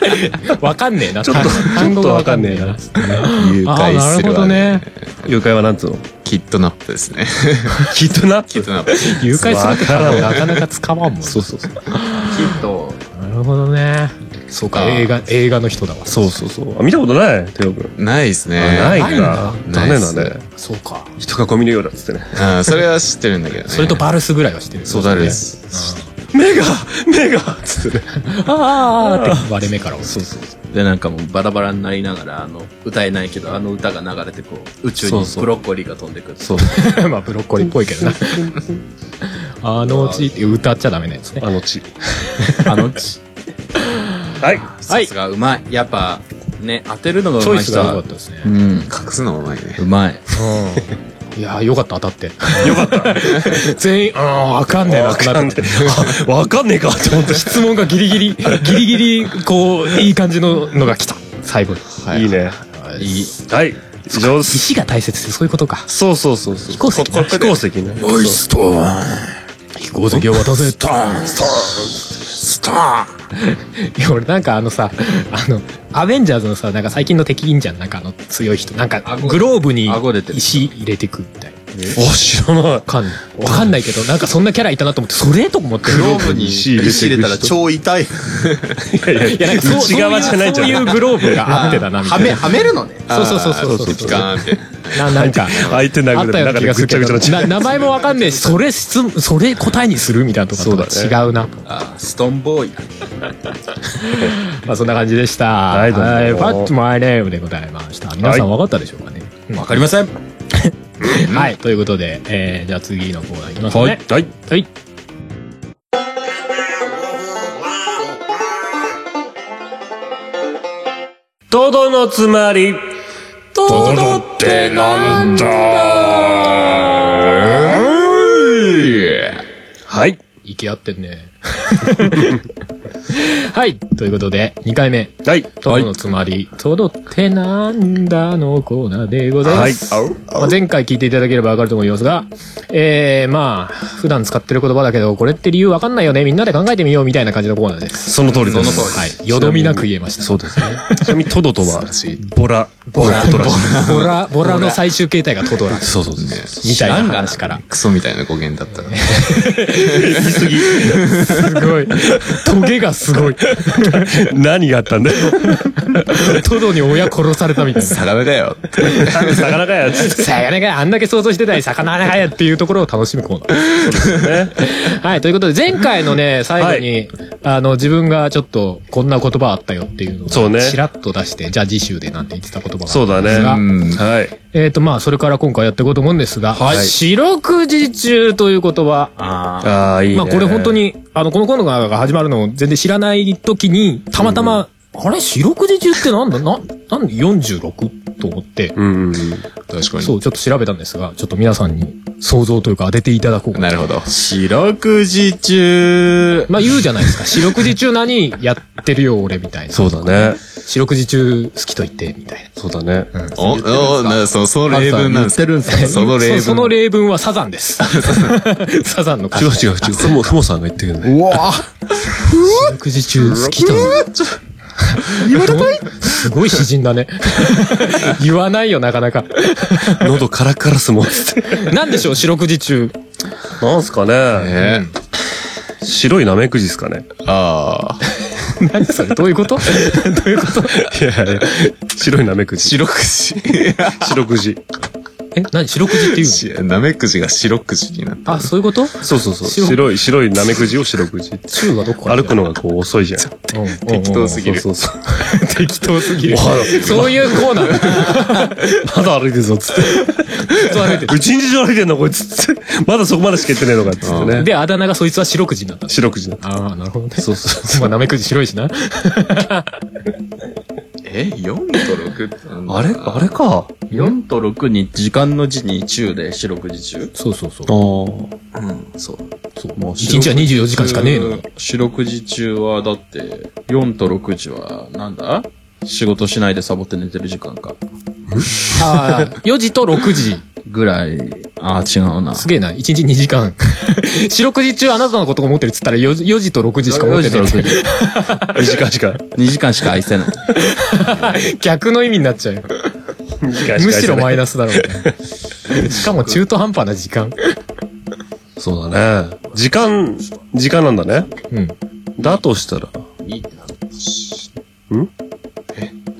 けど
わかんねえな。ち
ょっと
単語がわかんねえ
ちょっ
な。
誘
ああ、
拐
な
す
る
る
ほ
わ
ど
ね。
ね。
誘拐はなんつうの
キットナップですね。
キットナッ
キッ
プ。
トナップ。
誘拐するって多分なかなか使わんもん。
そうそうそう。
ヒント。
なるほどね。そうか、映画、映画の人だわ。
そうそうそう。あ見たことないテオ君。
ないです
あ
ね。
ない
ないんだ
か。ダメだ
ないっ
ね。
そうか。
人がゴミのようだっつってね。
うんそれは知ってるんだけどね。
それとバルスぐらいはしてる。
そうだです。
目が目がっつってね。
ああって割れ目からそうそう。
で、なんかもうバラバラになりながら、あの、歌えないけど、あの歌が流れてこう、宇宙にブロッコリーが飛んでくる。そう
まあ、ブロッコリーっぽいけどな。あのうちって歌っちゃダメなやつね。
あの地。
あのち。
はい。
は
さ
い
すがうまい。やっぱ、ね、当てるのがう
チョ
ま
イ
い
ス
人
が良か
は
っ。たですね
う。ん。
隠すのうまいね。
うまい。
いやー、よかった、当たって。よかった。 全員、ああ、わかんねえな、
わかんね
て。
え。あわかんねえかって思って。
質問がギリギリ、ギリギリ、こう、いい感じののが来た。最後に。
はい
いいね。
いい。
はい。以上です。
石が大切ってそういうことか。
そうそうそうそう。飛
行石だ
飛行石ね。
オイストーン。
飛行石を渡せ。
トーン、ストーン、ストー
いや、俺なんかあのさ、あの、アベンジャーズのさ、なんか最近の敵いいんじゃん。なんかあの強い人。なんか、グローブに
顎出てる
石入れてくみたいな。
あ、知らない
わ。かんない。わかんないけど、なんかそんなキャラいたなと思って、それと思って。
グローブに
石入れてく人
石入れたら超痛い。
いや、なんかそう
内側じゃないじ
そ
ゃん
ういうそういうグローブがあってだな、 みた
はいめ、
な。
はめるのね。
そうそうそうそうそう
ピカーンって。
ななんか。
相手
あっ
殴
た
る
ような
中
気
で
が
ぐ
す
っ
る
ち
け
ゃぐちゃになっち
ど、
ゃ
な名前もわかんねえし、それ質問、それ答えにするみたいなとかと
そうだ
か違
ね
うな。
あストーンボーイだ。
まあそんな感じでした。
はいどうも
はい、ファッチマイネームでございました。皆さん
は
わかったでしょうかね。
わかりません。
はい、ということで、えー、じゃあ次のコーナーいきます
う。
ね。
はい。はい。
はい。
トドのつまり。
トド
ってなんだはい。
行き合ってんね。 はい、ということで、2回目。
はい。
トドのつまり、トドってなんだのコーナーでござい
は
ま
い。
す。まあ、前回聞いていただければわかると思いますが、えー、まあ、普段使ってる言葉だけど、これって理由わかんないよね、みんなで考えてみようみたいな感じのコーナーです。
その通りです。
はい。よどみなく言えました。
そうですね。ちなみにトドとは、 ボラ。ボラ。ボラ。
ボラ、 ボラの最終形態がトドラ。
そうそうそう。
みたいな話から。
クソみたいな語源だったらね。
すごい。トゲがすごい。
何があったんだよ。
トドに親殺されたみたいな。
魚だよ。
なんで魚かよ、つっ
魚があんだけ想像してたい魚がやっていうところを楽しむコーナー。
てね。
はい、ということで前回のね、最後に、あの、自分がちょっとこんな言葉あったよっていうのを、
そうね
ちらっと出して、じゃあ次週でなんて言ってた言葉があったんです
そうだね。
が
うん。
はい。
えっ、と、まあ、それから今回やっていこうと思うんですが、
はい
四六時中という言葉。
ああ、いいね。
まあ、これ本当。に、あの、このコーナーが始まるのを全然知らない時に、たまたま、あれ四六時中ってなんだな、なんで 46? と思って、
うん。
確かに。
そう、ちょっと調べたんですが、ちょっと皆さんに想像というか当てていただこうかな
なるほど。
四六時中。
まあ言うじゃないですか。四六時中何やってるよ、俺、みたいな。
そうだね。
四六時中好きと言って、みたいな。
そうだね。
お、お、な、その、その例文なんです
言ってるんすか
その例文。
そその例文はサザンです。サザンの歌詞
違う。違う違う。ふも、ふもさんが言ってるね。
うわ
四六時中好きと言う。言われたいすごい詩人だね。言わないよ、なかなか。
喉カラカラすもん。
なんでしょう、四六時中。
なんすかね。
え
白いナメクジですかね。
えああ。
何それどういうことどういうこと
いやいや 白いナメクジ。
白くじ。
白くじ。
え、何四六時って言うの
なめくじが白くじになった。
あ、そういうこと
そうそうそう。
白
白い、白いナメクジを白くじ。
中がどこから
歩くのがこう遅いじゃん。
適
適当すぎる。
そうそう。
適当すぎる。 そういうコーナー。
まだ歩いてるぞ、つって。
ずっと歩いてる
うちんじ歩いてんのこいつって。まだそこまでしか行ってねえのかっつってね。
で、あだ名がそいつは白くじになったんです。
白くじなって。
ああ、なるほどね。そうそうそう。まあ、なめくじ白いしな。
え ?4 と6ってなんだ
あれあれか。
4と6に時間の字に中で四六時中
そうそうそう。
あ
うん、そう。
あ。もう
一日は24時間しかねえのに。
四六時中は、だって、4と6時は、なんだ仕事しないでサボって寝てる時間か。
ああ、4時と6時。
ぐらい、ああ、違うな。
すげえな。1日2時間。 四六時中あなたのことを思ってるっつったら 4, 4時と6時しか思
4
って
時と
な
6
い。
2時
時。
間しか。
2時間しか愛せない。
逆の意味になっちゃうよ。
む
むしろマイ
ナ
ナスだろうね。 しかも中途半端な時間。
ス。そうだね。時間、時間なんだね。
うん。
だとしたら。
2ってなんだ。
ん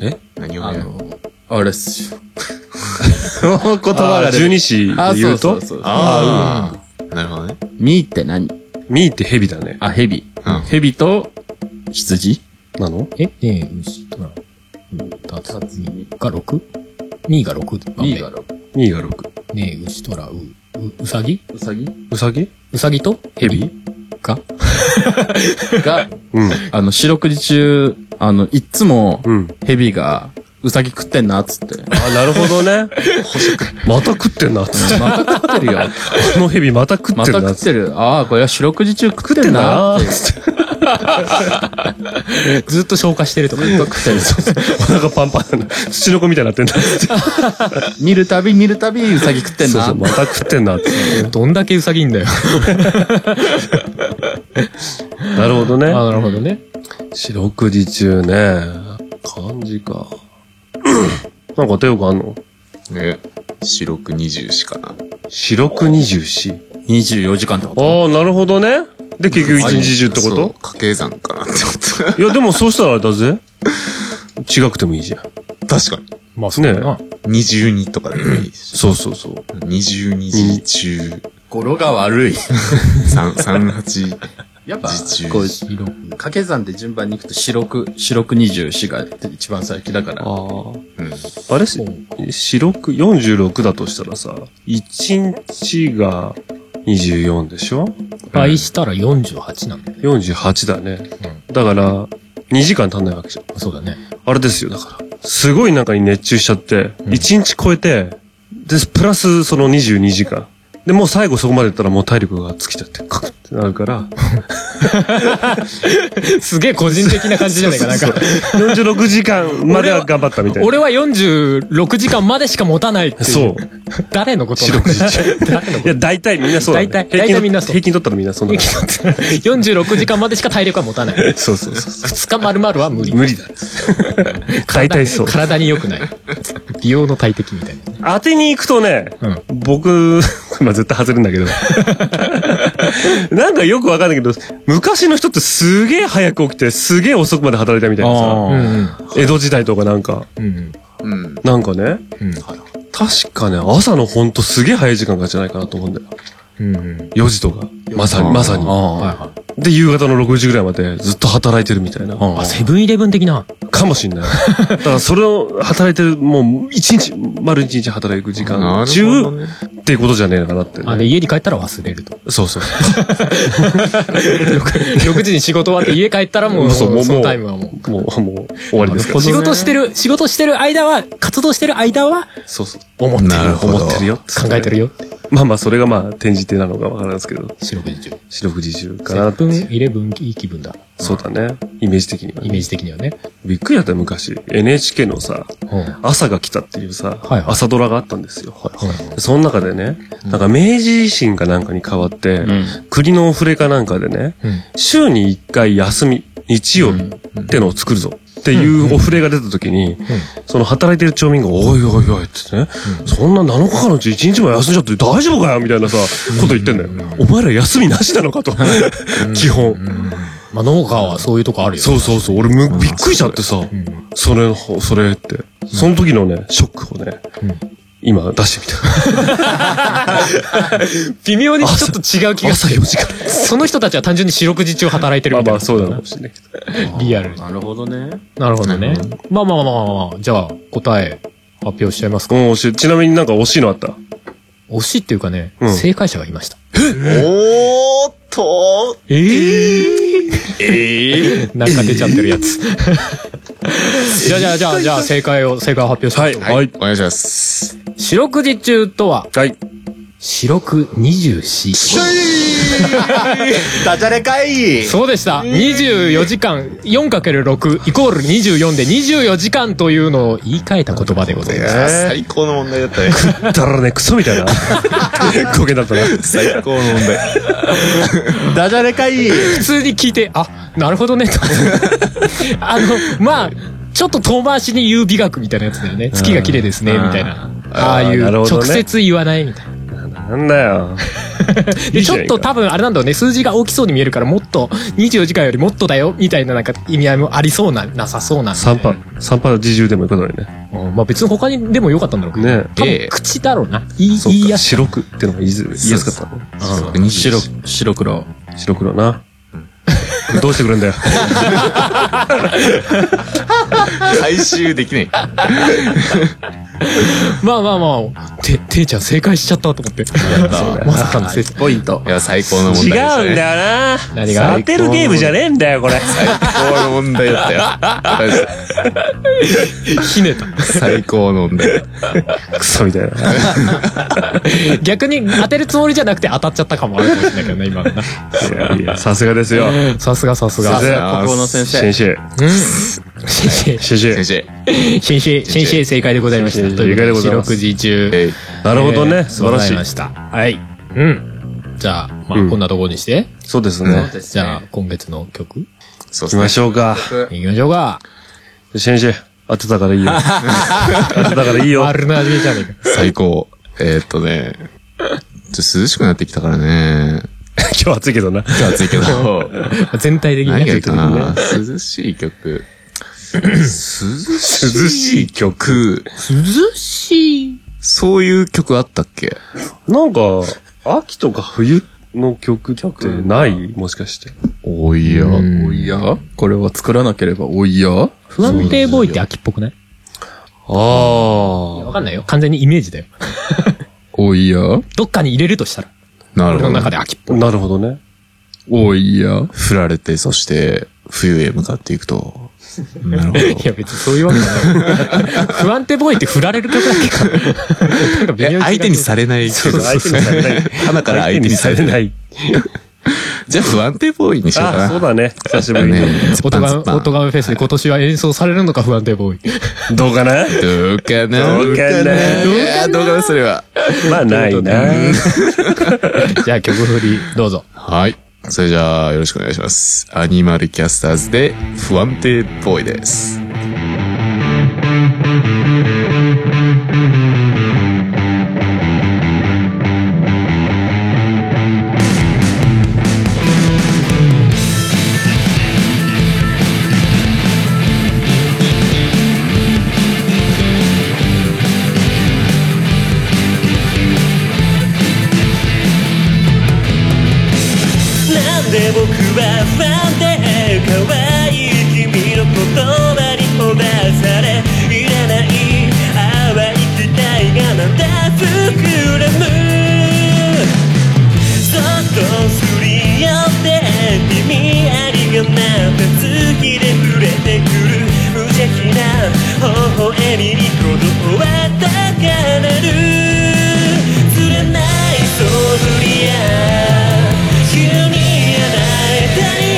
ええ何を
あ
やる
の、あれっすよ。言葉
あ
が
ー十
出る。
二支
あ、
で
そ
言
う
う
そ
と
う、そう。
ああ、なるほどね。
ミーって何
ミーって蛇だね。
あ、ヘビ
うん。
ヘビと羊
なの
え、ええ、牛とな。たつ、2が 6?2 が 6?
ミーが6。
ミーが6。
ねえ、牛とら、う、う、うさぎ
ウサギ
うさぎ
うさぎと
ヘビ
か
が、
うん。
あの、四六時中、あの、いっつも、
うん。
ヘビが、ウサギ食ってんな、っつって。
あ、なるほどね。また食ってんな、つって。
また食ってるよ。
この蛇また食っ
ま
て
た
るな、
食
つ
っ
って
る。ああ、これは四六時中食ってんな。
なつって。
ずっと消化してるとか。
食ってる。
お腹パンパンなの。土の子みたいになってんな、つって。
見るたび見るたびウサギ食ってん
そうそ
な
う、。また食ってんな、つって。
どんだけうさぎいんだよ。
なるほどね。
あなるほど ね。
四六時中ね。漢字か。 なんか手よくあんの
え、四六二十しかな。
四六二十四。
24時間ってこと
ああ、なるほどね。で、結局一日中ってこ
そう
と
掛け算かなって思っ
いや、でもそうしたらあれだぜ。違くてもいいじゃん。
た。確か
まあ、そうだな。
に。二十二とかでもいいし。
そうそうそう。
二十二時中、
語呂が悪い。
三、三八
やっぱ、
時
こう
中。、
掛け算で順番に行くと四六、四六二十四が一番最近だから。
あ
うん。
あ。あれし、四六、四十六だとしたらさ、一日が二十四でしょ
倍したら48なんだよね。
四十八だね。だから、二時間足んないわけじゃん。
そうだね。
あれですよ、だから。すごい中に熱中しちゃって、
ん
一日超えて、で、プラスその22時間。で、もう最後そこまでいったらもう体力が尽きちゃって、カクってな るから、
すげえ個人的な感じじゃないか。なんか、
46時間までは頑張ったみたいな。
俺は46時間までしか持たないっていう。
そう。
誰のこと
四
なの
六時中。
誰のこ
いや、大体みんなそうだ、ね。
大体
平
大
均
体みんなそう
平均取ったらみんなそう
と
なんだ。
46時間までしか体力は持た ない。
そうそうそうそ
2日丸々は無理
う。。無理だ。 大体そう。
体に良くない。美容の大敵みたいな。
当てに行くとね、
うん
僕、まあ絶対外れるんだけど、なんかよくわかんないけど、昔の人ってすげえ早く起きて、すげえ遅くまで働いたみたいな
うん
あ
うん
さ、江戸時代とかなんか、
うん
うん。
なんかね、
うん
確かね、朝のほんとすげえ早い時間がじゃないかなと思うんだよ。
うんうん
4時とか。まさに、まさに。
あ
で、夕方の6時ぐらいまでずっと働いてるみたいな。
あセブンイレブン的な
かもしんない。だからそれを働いてる、もう一日、丸一日働く時間
なる
中
ほどね
っていうことじゃねえのかなってね、
あで家に帰ったら忘れる と
そうそう。
6時に仕事終わって家帰ったらもう
そ
そう
もう
のタイムはもう
もう、もう終わりですから。
仕事してる、仕事してる間は、活動してる間は
そうそう。思ってる
なる
よ。
ほど
思ってるよ。
考えてるよ。
まあまあ、それがまあ、転じてなのかわからんですけど、
四六時中。
四六時中かな
セ
って
ブン、イレブン、いい気分だ。
そうだね。イメージ的には
イ
ね。
メージ的にはね。
びっくりだったよ昔。NHK のさ、
うん。は
朝が来たっていうさ、
はいはい
朝ドラがあったんです
い
よ。
はい。
その中でね、なんか明治維新かなんかに変わって、
うん
国のオフレかなんかでね、
うん。
週に一回休み、日曜日ってのを作るぞっていうオフレが出た時に、その働いてる町民が、おいおいおいってね、そんな7日間のうち1日も休んじゃって大丈夫かよみたいなさ、こと言ってんだよ。お前ら休みなしなのかと。 基本。
まあ農家はそういうとこあるよね。
そうそうそう。俺む、びっくりしちゃってさ、それ、それって、その時のね、ショックをね、今出してみた。
微妙にちょっと違う気がす
朝4時から。
る。その人たちは単純に四六時中働いてる
まあ
みたい
ま
な。
あそうなのかもしれないけど。
リアルに。
なるほどね。
なるほどね。まあまあまあまあまあ、じゃあ答え発表しちゃいますか。
うん、しちなみになんか惜しいのあった
惜しいっていうかね、
うん
正解者がいました。
おーっと
ええええなんか出ちゃってるや つ。じゃあじゃあじゃあじゃあ正解を、正解を発表しましょう。
はい。
お願いします。
四六時中とは、
はい。
四六二十四。
ダジャレかい
そうでした。24時間、4×6 イコール24で24時間というのを言い換えた言葉でございます。
最高の問題だったね。
だらね、クソみ たいな。語源だったな。
最高の問題。
ダジャレかい
普通に聞いて、あ、なるほど ね、と。あの、まあ、ちょっと遠回しに言う美学みたいなやつだよね。月が綺麗ですね、みたいな。ああい
あー
う、
なるほどね
直接言わないみたいな。
なんだよ。い
で、
い
ち
じゃん
ょっと多分あれなんだよね、数字が大きそうに見えるから、もっと、24時間よりもっとだよ、みたいななんか意味合いもありそうな、なさそうなんで
サンパ、サンパ自重でもいいことだよね。
うんまあ別に他にでもよかったんだろうけど。
ね
多分口だろうな。言い、言いやすい
白くってのが言いづ言いやすかったの。
白、白黒。
白黒な。どうしてくれんだよ。
回収できない。
まあまあまあ、て、てーちゃん正解しちゃったと思って。まさかの正解。
ポイント
い。や、最高の問題でした、ね。
よな
何が
当てるゲームじゃねえんだよ、これ。
最高の問題だったよ。
ひねた。
最高の問題。
クソみたいな。
逆に当てるつもりじゃなくて当たっちゃったかもあるかもしれないけどね、今 のな。
いやいや、さすがですよ。
さすがさすが。
さすが
国語の先
先
生。
生。
うん。先生、
先生
先。生。
先生、先生正解でございました。
先生正解でございます
四六時中。
えい
なるほど
え
ね。
ー
素晴ら
ござ
し
い
い
ま。した。はい。うん。じゃあ、ま
う
あ
ん
こんなところにして、
そうですね。
じゃあ今月の曲、
そう
行きましょうか。
いきましょうか。
先生、当てたからいいよ。当てたからいいよ。
丸の味じゃねえか。
最高。えー、っとね。ちょっと涼しくなってきたからね。
今日暑いけどな。
今日暑いけど。
全体的 に
何がい
ね
いかな涼しい曲。涼しい曲。
涼しい。
そういう曲あったっけ
なんか、秋とか冬の曲ってないもしかして。
おいや。
おいやこれは作らなければおいや
不安定ボーイって秋っぽくない
あ
わかんないよ。完全にイメージだよ。
おいや
どっかに入れるとしたら。
なる
俺の
ほど
中。で秋っぽ
あ。
い。
なるほどね。
おいや
振られて、そして、冬へ向かっていくと。なるほど。
いや別にそういうわけじゃない。不安定ボーイって振られる曲だっけか。なんか微
え、
妙に違う
相手にされない。そう
相手にされない。
花から相手にされない。
い。
じゃあ不安定ボーイにしようかな。
あ、そうだね。久しぶりに。
ね。
オトガ
ズ
メ、オ
ッパン
トガメフェスで今年は演奏されるのか不安定ボーイ。
どうかな
どうかな
どうかない
やどうかなそれは。
まあ、ないな。
じゃあ曲振り、どうぞ。
はい。それじゃあ、よろしくお願いします。アニマルキャスターズで、不安定ボーイです。
「不安で可愛い君の言葉にほだされいらない淡い期待がなんだ膨らむそっとすり寄って耳ありがまた月で触れてくる無邪気な微笑みに鼓動は高鳴る釣れないそぶりや急にあなたに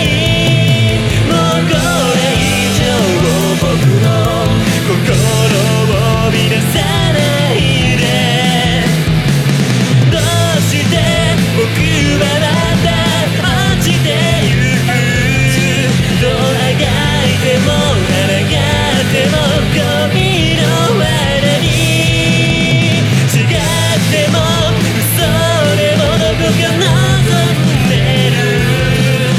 もうこれ以上僕の心を乱さないで「どうして僕はまだ落ちてゆく」「どうあがいてもあらがってもゴミの罠に」「違っても嘘でもどこか望んでる」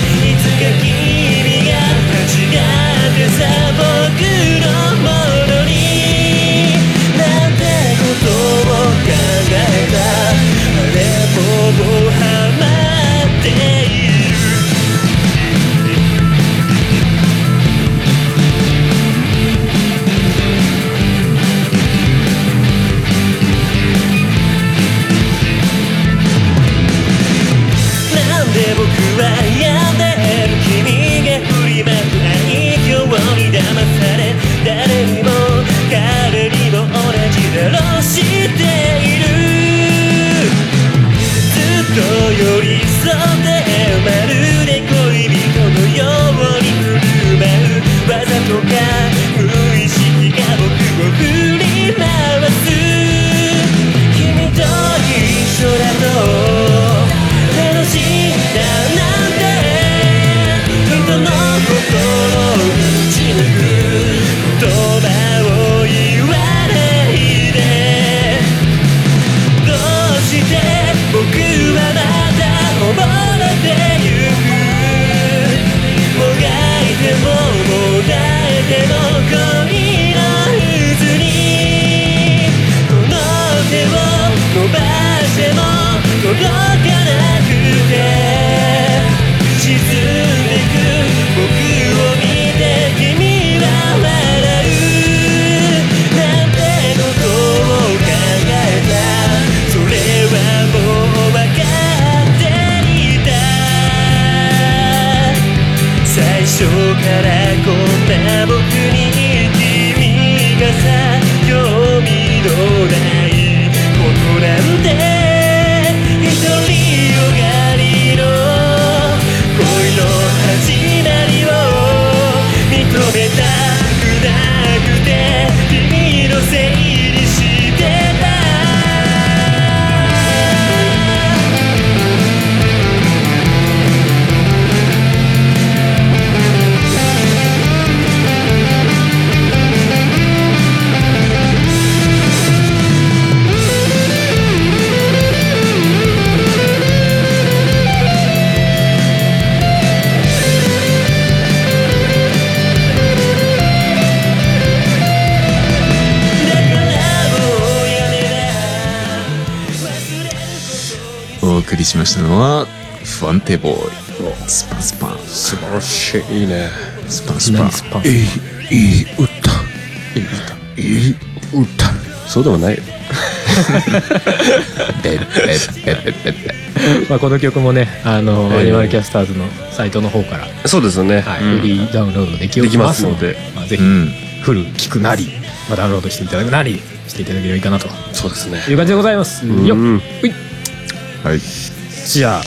「いつか君が間違ってさ僕のものに」なんてことを考えたあれほぼハマっているなんで僕は病んでる君が振りまく愛嬌に騙され誰にも彼にも同じだろうしているずっと寄り添ってまるで恋人のように振る舞うわざとか無意識が僕を振り回す君と一緒だと楽しいだなんて人の心を打ち抜く言葉を言わないでどうして僕はまだ溺れてゆくもがいてももだえても恋の渦にこの手を伸ばしても届かなくて沈んでく僕を見て君は笑うなんてことを考えたそれはもう分かっていた最初からこんな僕に君がさ興味のないことなんて一人よがりの恋の始まりを認めたくなくて君のせいにしてただからもうやめな忘れることに
お送りしましたのは、不安定ボーイ。スパンスパン。ス
晴らしい。いいね。
パンスパン。
スパン
いい、いい歌。いい歌。いい歌。そうでもないよ。
ペッペッペッペッペッペ
まあ、この曲もね、あの、
ええ
アニマルキャスターズのサイトの方から、
そうですよね。
はい、フリーダウンロードできますので
でき、
まあ、ぜ
ッ。う
ひ、
ん。
フル聞くなり、まあ、ダウンロードしていただくなり、していただければいいかなと
そうですね。
いう感じでございます。よっ
うん
ほい
はい。
じゃあ、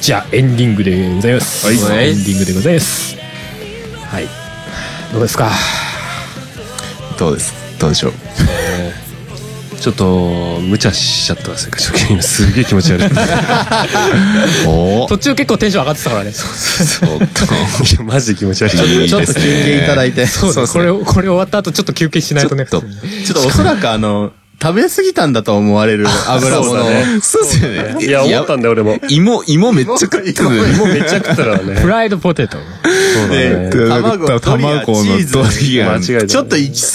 じゃあエンディングでございます。
はい
エンディングでございます。はい。どうですか
どうですどうでしょう
ちょっと、無茶しちゃったわ、せっかく今すげえ気持ち悪い。 い
おー
途中結構テンション上がってたからね。
そうか。
や、マジで気持ち悪い。
いい
ちょっ
で
と
す
休
ね
憩いただいて。
そうだ、これを、これ終わった後ちょっと休憩しないとね。
ちょっと
ちょっとおそらくあの、食べ過ぎたんだと思われる油
そう
物
だ
を。
ね
そうっすよね。
いや、思ったんだよ、俺も。
芋、芋めっちゃ食ってる。
もうめっちゃ食ったからね。
フライドポテト。
そうだね
で、卵、
卵の
ドリアチーズ
ドリア
間違えた
ちょっと行き過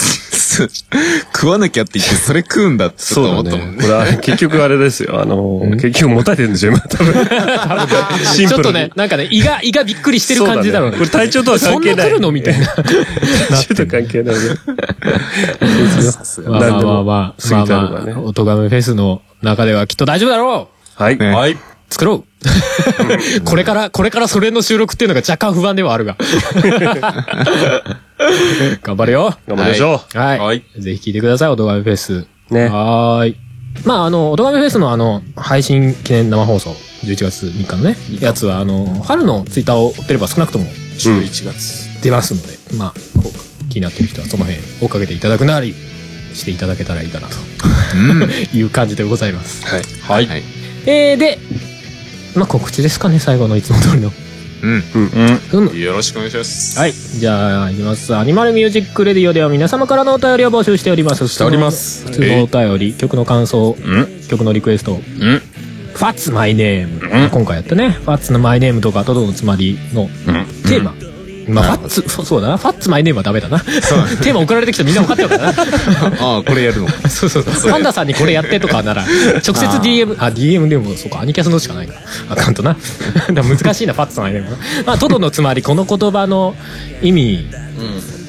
そう食わなきゃって言って、それ食うんだってちょっと思ったもんね。
これは結局あれですよ。あの、結局持たれてるんですよ、今、多分。多分シン
ちょ
プ
っ
ル
と
に。
ね、なんかね、胃が、胃がびっくりしてる感じだろうね。
そうだねこれ体調とは関
そ
係ない
んな来るのみたいな。
ち ょっと関係ないね。
さす
ま
が。
あ
なん
まあ
で
まあ
も
まあ、ま
過
あ
ぎたの
ま
がね
あ、おとがめフェスの中ではきっと大丈夫だろう
はい。
ね
はい。
作ろう これから、これからそれの収録っていうのが若干不安ではあるが。 頑張れよ。
頑張りましょう。
はい。
はい
ぜひ聞いてください、おとがめフェス。
ね
はーい。まあ、あの、おとがめフェスのあの、配信記念生放送、11月3日のね、やつは、あの、春のツイッターを追ってれば少なくとも
11月。
出ますので、まあ、こう気になってる人はその辺追っかけていただくなり、していただけたらいいかなと
うん。
いう感じでございます。
はい。はい。
えー、で、まあ、告知ですかね、最後のいつも通りの。
うん。
うん
よろしくお願いします。
はい。。じゃあ、いきます。アニマルミュージックレディオでは皆様からのお便りを募集しております。しております。普通のお便り、曲の感想、曲のリクエスト、ファッツマイネーム、今回やったね。ファッツのマイネームとか、トドのつまりのテーマ。まあ、ファッツ、そうそうだな。ファッツマイネームはダメだな。 テーマ送られてきたらみんな分かってるからな。
ああ、これやるの。
そうそうそう。パンダさんにこれやってとかなら、直接 DM、あ、DM でも、そうか、アニキャスのしかないから、アカウントな。 だから難しいな、パッツさんはね。まあ、トドのつまり、この言葉の意味、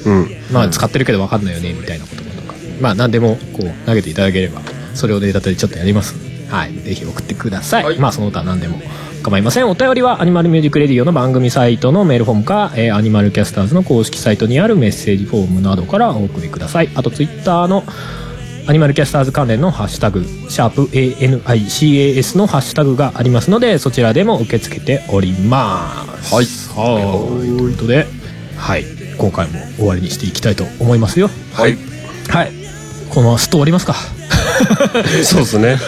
うん。
まあ、使ってるけど分かんないよね、みたいな言葉とか。まあ、何でも、こう、投げていただければ、それをネタでちょっとやります。はい。ぜひ送ってください。まあ、その他何でも構いません。お便りは、アニマルミュージックレディオの番組サイトのメールフォームか、えーアニマルキャスターズの公式サイトにあるメッセージフォームなどからお送りください。あと、ツイッターの、アニマルキャスターズ関連のハッシュタグ、シャープ ANICAS のハッシュタグがありますので、そちらでも受け付けております。はい。はい。ということで、はい。今回も終わりにしていきたいと思いますよ。
はい。
はい。このスト終わりますか。
そうですね。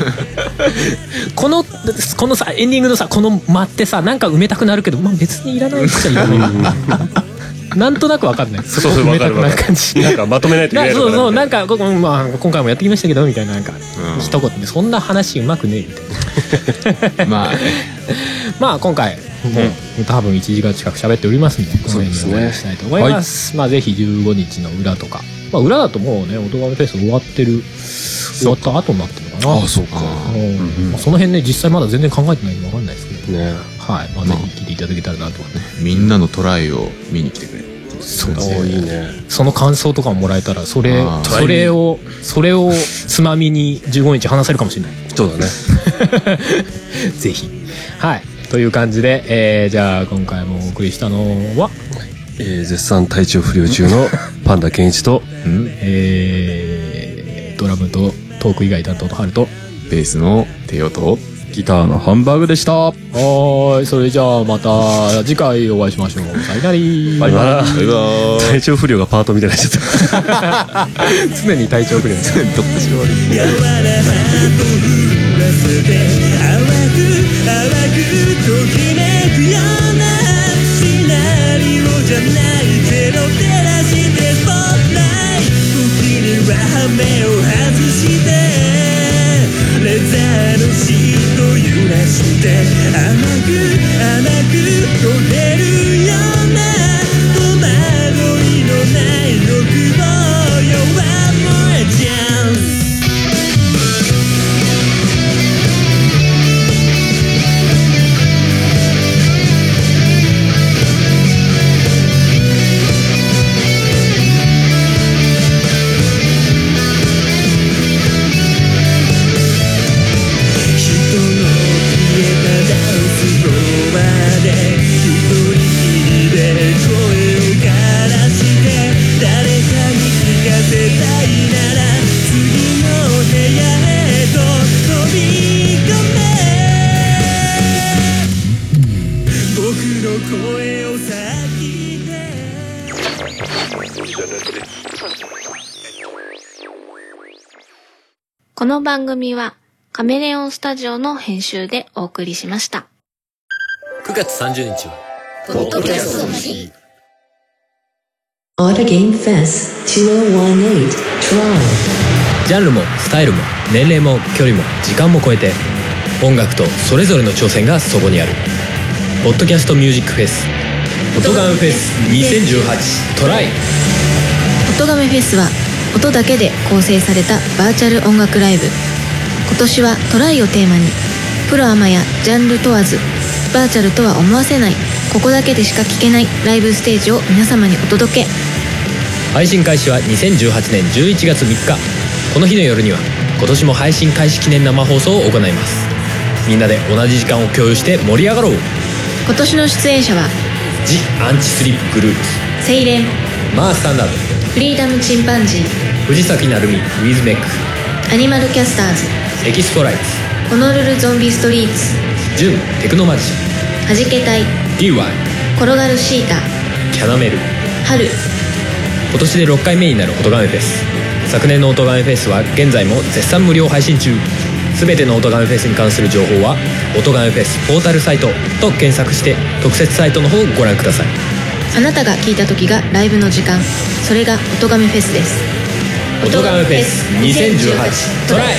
この、このさ、エンディングのさ、この間ってさ、なんか埋めたくなるけど、まあ別にいらないっちゃいらない。 なんとなくわかんない。
そうそう、わかる
埋め
わ
たくな
か
感じ
る。なんかまとめないといけ
な
ないの
そうそう
かな
なんか、ここまあ、今回もやってきましたけどみたいななんか、
うん
一言でそんな話うまくねえみたいな
まあね、
まあ今回もう、多分1時間近く喋っておりますんでこの辺で終わりにしたいと思いますまあぜひ15日の裏とか、まあ、裏だともうね「音ガメフェス」終わってる終わった後になってるのかな
ああ、そうか。
うんまあその辺ね実際まだ全然考えてないんでわかんないですけど
ね
はい、まあ、ぜひ聞いていただけたらなと思って、
みんなのトライを見に来てくれる。そう
そう
いいね。
その感想とかももらえたらそれ
あー
それをそれをつまみに15日話せるかもしれない
そうだね。
ぜひ。はい。という感じで、えー、じゃあ今回もお送りしたのは、
えー絶賛体調不良中 のパンダケンイチと、
うん。
えー、ドラムとトーク以外担当のハルと、
ベースの手をと、
ギターのハンバーグでした。
はーい、それじゃあまた次回お会いしましょう。さよなら。
バイバ
バイバーイ。
体調不良がパートみたいになっちゃった。
常に体調不良です。
「やわらかく降らせて」「淡く淡くときめくような」「シナリオじゃないゼロ照らしてスポットライト」「時には羽目を外して」「レザーのシート揺らして」「甘く甘く取れるような」「戸惑いのない欲望よ One more chance」人の消えたダンスフロアで一人きりので声を枯らして誰かに聞かせたいなら次の部屋へと飛び込め僕の声を先で
この番組はカメレオンスタジオの編集でお送りしました。
Auto Game Fest 2018 Trial.
ジャンルもスタイルも年齢も距離も時間も超えて音楽とそれぞれの挑戦がそこにあるポッドキャストミュージックフェス「音ガンフェス2018トライ」
音ガメフェスは音音だけで構成されたバーチャル音楽ライブ今年は「トライ」をテーマにプロアマやジャンル問わずバーチャルとは思わせないここだけでしか聴けないライブステージを皆様にお届け
配信開始は2018年11月3日この日の夜には今年も配信開始記念生放送を行いますみんなで同じ時間を共有して盛り上がろう
今年の出演者は
「ジ・アンチスリップグループ
セイレン」
「マー・スタンダード
フリーダムチンパンジー」
「藤崎鳴海」「ウィズ・メック」
アニマルキャスターズ
「エキストライツ」
ホノルルゾンビストリーツ
「ジュン・テクノマジシ
はじけたい
ャン」「DY」
転がるシータ
「キャナメル」
春
今年で6回目になる音ガメフェス昨年の音ガメフェスは現在も絶賛無料配信中全ての音ガメフェスに関する情報は「音ガメフェスポータルサイト」と検索して特設サイトの方をご覧ください
あなたが聞いた時がライブの時間それが音ガメフェスです
音ガメフェス2018トライ